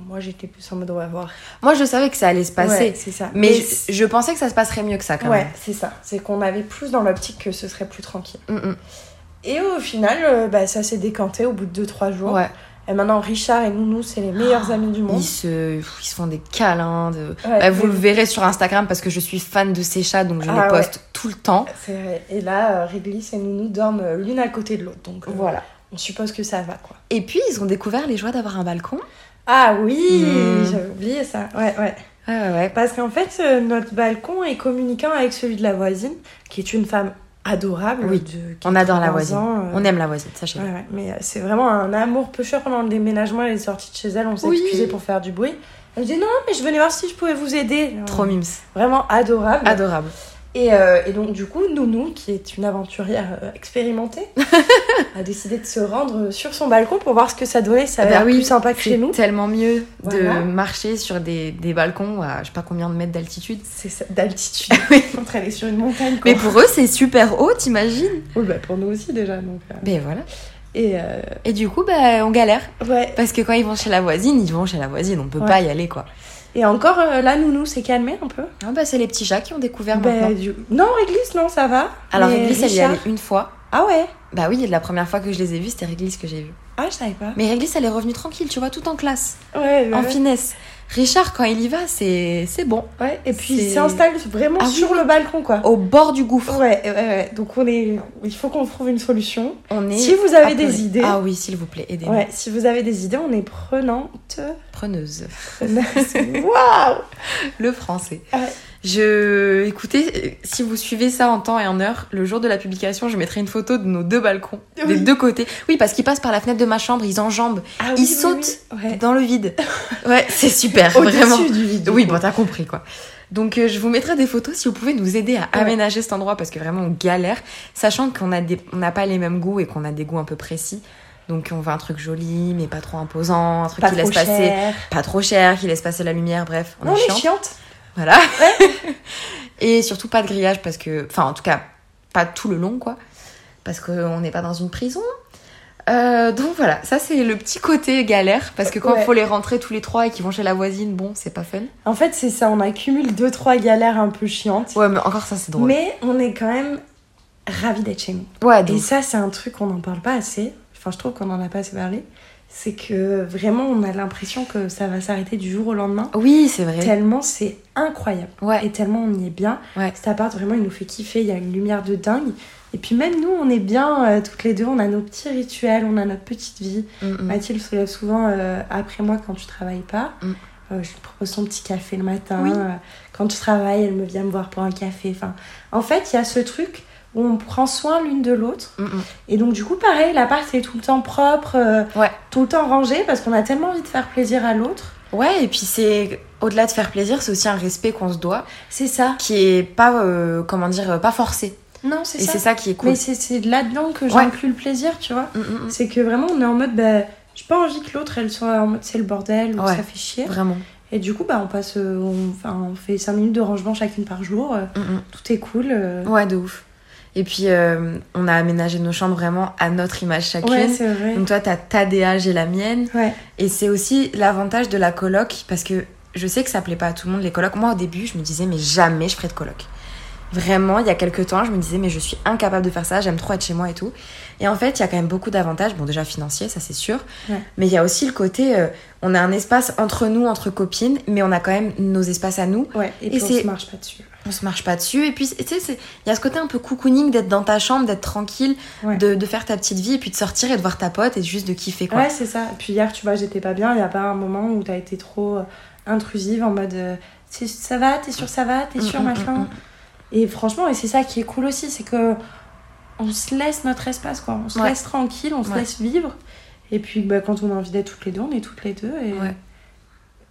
moi j'étais plus en mode on va voir. Moi, je savais que ça allait se passer. Ouais, c'est ça. Mais, Mais je, je pensais que ça se passerait mieux que ça, quand Ouais, même. c'est ça. C'est qu'on avait plus dans l'optique que ce serait plus tranquille. Mm, mm. Et au final, euh, bah, ça s'est décanté au bout de 2-3 jours. Ouais. Et maintenant, Richard et Nounou, c'est les meilleurs amis du monde. Ah, Ils se, pff, ils se font des câlins. de- Ouais, Bah, vous mais- le verrez sur Instagram parce que je suis fan de ces chats, donc je Ah les ouais. poste tout le temps. C'est vrai. Et là, euh, Réglisse et Nounou dorment euh, l'une à côté de l'autre. Donc voilà. On suppose que ça va, quoi. Et puis, ils ont découvert les joies d'avoir un balcon. Ah oui, Mm. j'avais oublié ça. Ouais, ouais. Ouais, ouais, ouais. Parce qu'en fait, euh, notre balcon est communicant avec celui de la voisine, qui est une femme adorable. Oui, de- qui on adore la 80 voisine. ans, euh, On aime la voisine, sachez-le. Ouais, ouais, mais euh, c'est vraiment un amour pêcheur pendant le déménagement. Elle est sortie de chez elle, on s'est Oui. excusé pour faire du bruit. Elle me dit non, mais je venais voir si je pouvais vous aider. Trop Euh, mimes. Vraiment adorable. Adorable. Et, euh, et donc, du coup, Nounou, qui est une aventurière euh, expérimentée, a décidé de se rendre sur son balcon pour voir ce que ça donnait. Ça a Bah l'air oui, plus sympa que chez nous. tellement mieux Voilà. De marcher sur des, des balcons à je sais pas combien de mètres d'altitude. C'est ça, d'altitude. Quand elle est sur une montagne. Mais pour eux, c'est super haut, t'imagines Oui, bah pour nous aussi déjà. Donc, euh. Ben voilà. Et, euh, Et du coup, bah, on galère. Ouais. Parce que quand ils vont chez la voisine, ils vont chez la voisine, on peut Ouais. pas y aller quoi. Et encore euh, là, Nounou s'est calmée un peu. Ah bah c'est les petits chats qui ont découvert Bah, maintenant. du- Non, Réglisse, non, ça va. Ben Alors Mais Réglisse, elle y est Richard- allée une fois. Ah ouais Bah oui, la première fois que je les ai vus, c'était Réglisse que j'ai vu. Ah, je savais pas. Mais Réglisse, elle est revenue tranquille, tu vois, tout en classe. Ouais, bah en ouais. finesse. Richard, quand il y va, c'est c'est bon. Ah Ouais, et puis il s'installe vraiment sur le balcon, quoi. Au bord du gouffre. Ouais, ouais, ouais. Donc on est, il faut qu'on trouve une solution. On est Si vous avez appelés. des idées. Ah oui, s'il vous plaît, aidez-nous. Ouais, si vous avez des idées, on est prenante. Preneuse. Waouh Le français. Ah Ouais. Je, écoutez, euh, si vous suivez ça en temps et en heure, le jour de la publication, je mettrai une photo de nos deux balcons, des Oui. deux côtés. Oui, parce qu'ils passent par la fenêtre de ma chambre, ils enjambent, Ah ils sautent dans le vide. Ouais, c'est super, Au-dessus vraiment. du vide, du oui, coup. bon, t'as compris quoi. Donc, euh, je vous mettrai des photos si vous pouvez nous aider à aménager cet endroit parce que vraiment on galère, sachant qu'on a des, on n'a pas les mêmes goûts et qu'on a des goûts un peu précis. Donc, on veut un truc joli, mais pas trop imposant, un truc Pas qui laisse trop passer, cher. pas trop cher, qui laisse passer la lumière. Bref, on Non, est mais chiant. chiante. Voilà. et surtout pas de grillage parce que, enfin en tout cas, pas tout le long quoi, parce qu'on n'est pas dans une prison. Euh, donc voilà, ça c'est le petit côté galère parce que quand il Ouais. faut les rentrer tous les trois et qu'ils vont chez la voisine, bon c'est pas fun. En fait, c'est ça, on accumule deux trois galères un peu chiantes. Ouais, mais encore ça c'est drôle. Mais on est quand même ravis d'être chez nous. Ouais, Et ça, c'est un truc qu'on n'en parle pas assez. Enfin, je trouve qu'on n'en a pas assez parlé. C'est que vraiment, on a l'impression que ça va s'arrêter du jour au lendemain. Oui, c'est vrai. Tellement c'est incroyable. Et tellement on y est bien. Cet appart, vraiment, il nous fait kiffer. Il y a une lumière de dingue. Et puis même nous, on est bien euh, toutes les deux. On a nos petits rituels, on a notre petite vie. Mm, mm. Mathilde se lève souvent euh, après moi quand tu travailles pas. Euh, je lui propose son petit café le matin. Oui. Euh, quand tu travailles, elle me vient me voir pour un café. Enfin, en fait, il y a ce truc où on prend soin l'une de l'autre. Mm, Et donc, du coup, pareil, l'appart est tout le temps propre, euh, tout le temps rangé, parce qu'on a tellement envie de faire plaisir à l'autre. Ouais, et puis c'est au-delà de faire plaisir, c'est aussi un respect qu'on se doit. C'est ça. Qui est pas, euh, comment dire, euh, pas forcé. Non, c'est Et ça. c'est ça qui est cool. Mm, Mais c'est- c'est là-dedans que Ouais. j'inclus le plaisir, tu vois. C'est que vraiment, on est en mode, bah, j'ai pas envie que l'autre, elle soit en mode c'est le bordel ou Ouais, ça fait chier. vraiment. Et du coup, bah, on passe, euh, on, enfin, on fait 5 minutes de rangement chacune par jour. euh, Mm, Tout est cool. euh. Ouais, de ouf. Et puis, euh, on a aménagé nos chambres vraiment à notre image chacune. Ouais, c'est vrai. Donc, toi, t'as ta DA, j'ai la mienne. Ouais. Et c'est aussi l'avantage de la coloc, parce que je sais que ça plaît pas à tout le monde, les colocs. Moi, au début, je me disais, mais jamais je ferai de coloc. Vraiment, il y a quelques temps, je me disais, mais je suis incapable de faire ça, j'aime trop être chez moi et tout. Et en fait, il y a quand même beaucoup d'avantages. Bon, déjà financier, ça c'est sûr. Ouais. Mais il y a aussi le côté, euh, on a un espace entre nous, entre copines, mais on a quand même nos espaces à nous. Et, puis, on c'est- se marche pas dessus. on se marche pas dessus. Et puis, tu sais, c'est- il y a ce côté un peu cocooning d'être dans ta chambre, d'être tranquille, de, de faire ta petite vie, et puis de sortir et de voir ta pote et juste de kiffer quoi. Ouais, c'est ça. Puis hier, tu vois, j'étais pas bien. Il y a pas un moment où t'as été trop euh, intrusive en mode euh, C'est- ça va, t'es sûr, ça va, t'es Mm, sûr, mm, mm, machin. mm. Et franchement, et c'est ça qui est cool aussi, c'est que on se laisse notre espace, quoi. On se Ouais. laisse tranquille, on se Ouais. laisse vivre. Et puis, bah, quand on a envie d'être toutes les deux, on est toutes les deux. Et,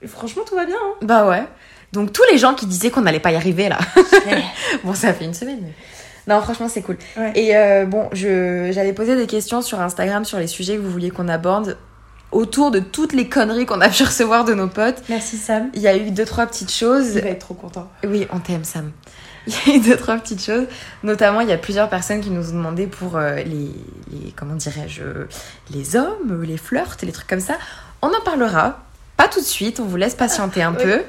et franchement, tout va bien. hein. Bah ouais. Donc tous les gens qui disaient qu'on n'allait pas y arriver là. bon, ça fait une semaine. mais- Non, franchement, c'est cool. Et euh, bon, je j'avais posé des questions sur Instagram sur les sujets que vous vouliez qu'on aborde autour de toutes les conneries qu'on a pu recevoir de nos potes. Merci Sam. Il y a eu deux trois petites choses. Il va être trop content. Oui, on t'aime Sam. Il y a eu deux trois petites choses. Notamment, il y a plusieurs personnes qui nous ont demandé pour euh, les, les comment dirais-je euh, les hommes, les flirts, les trucs comme ça. On en parlera. Pas tout de suite. On vous laisse patienter un Oui. peu.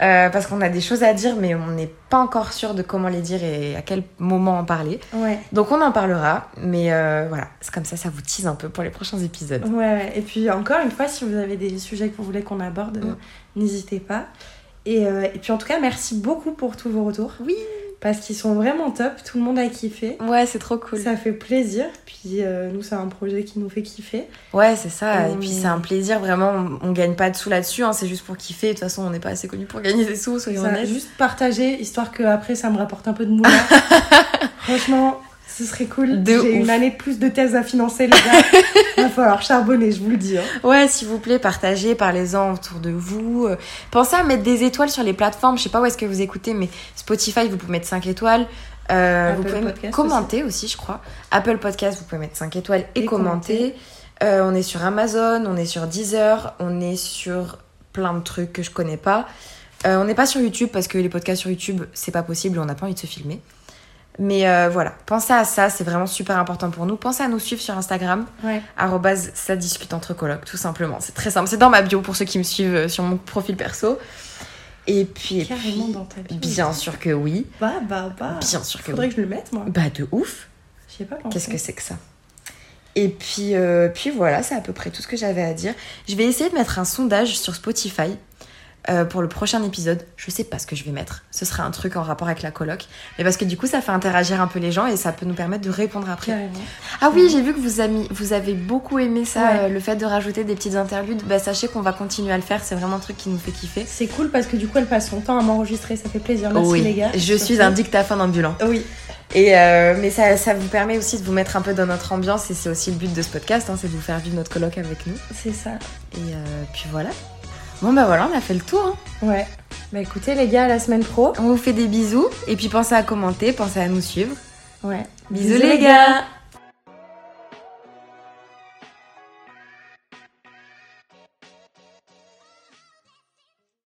Euh, parce qu'on a des choses à dire, mais on n'est pas encore sûr de comment les dire et à quel moment en parler. Ouais. Donc on en parlera, mais euh, voilà, c'est comme ça, ça vous tease un peu pour les prochains épisodes. Ouais, ouais. et puis encore une fois, si vous avez des sujets que vous voulez qu'on aborde, euh, n'hésitez pas. Et, euh, et puis en tout cas, merci beaucoup pour tous vos retours. Oui. Parce qu'ils sont vraiment top, tout le monde a kiffé. Ouais, c'est trop cool. Ça fait plaisir. Puis euh, nous, c'est un projet qui nous fait kiffer. Ouais, c'est ça, et On- puis c'est un plaisir, vraiment, on, on gagne pas de sous là-dessus, hein, c'est juste pour kiffer, de toute façon on n'est pas assez connu pour gagner des sous, soyons Ça, honnêtes. Juste partager, histoire que après ça me rapporte un peu de moulin. Franchement, ce serait cool. De J'ai ouf. une année de plus de thèses à financer, les gars. Va falloir charbonner, je vous le dis. hein. Ouais, s'il vous plaît, partagez, parlez-en autour de vous. Euh, Pensez à mettre des étoiles sur les plateformes. Je sais pas où est-ce que vous écoutez, mais Spotify, vous pouvez mettre 5 étoiles. Euh, Apple vous pouvez Podcast commenter aussi. je crois. Apple Podcast, vous pouvez mettre 5 étoiles et, Et commenter. Euh, on est sur Amazon, on est sur Deezer, on est sur plein de trucs que je connais pas. Euh, on n'est pas sur YouTube parce que les podcasts sur YouTube, c'est pas possible, on n'a pas envie de se filmer. Mais euh, voilà, pensez à ça, c'est vraiment super important pour nous. Pensez à nous suivre sur Instagram, Ouais. arrobase ça discute entre colocs, tout simplement. C'est très simple, c'est dans ma bio pour ceux qui me suivent euh, sur mon profil perso. Et puis, et Carrément puis, dans ta vie. bien sûr que oui. Bah, bah, bah. Bien sûr que Faudrait oui. que je le mette, moi. Bah de ouf. Je sais pas. Qu'est-ce que c'est que ça Et puis, euh, puis voilà, c'est à peu près tout ce que j'avais à dire. Je vais essayer de mettre un sondage sur Spotify euh, pour le prochain épisode. Je sais pas ce que je vais mettre. Ce sera un truc en rapport avec la coloc. Mais parce que du coup, ça fait interagir un peu les gens et ça peut nous permettre de répondre après. Ah oui, j'ai vu que vous, ami- vous avez beaucoup aimé ça, Ouais. euh, le fait de rajouter des petites interludes. Bah, sachez qu'on va continuer à le faire. C'est vraiment un truc qui nous fait kiffer. C'est cool parce que du coup, elle passe son temps à m'enregistrer. Ça fait plaisir. Merci oui. les gars. Je suis un dictaphone ambulant. Oui. Et euh, mais ça, ça vous permet aussi de vous mettre un peu dans notre ambiance et c'est aussi le but de ce podcast, hein, c'est de vous faire vivre notre colloque avec nous. C'est ça. Et euh, puis voilà. Bon bah voilà, on a fait le tour. Ouais. Bah écoutez les gars, à la semaine pro. On vous fait des bisous et puis pensez à commenter, pensez à nous suivre. Ouais. Bisous, les gars.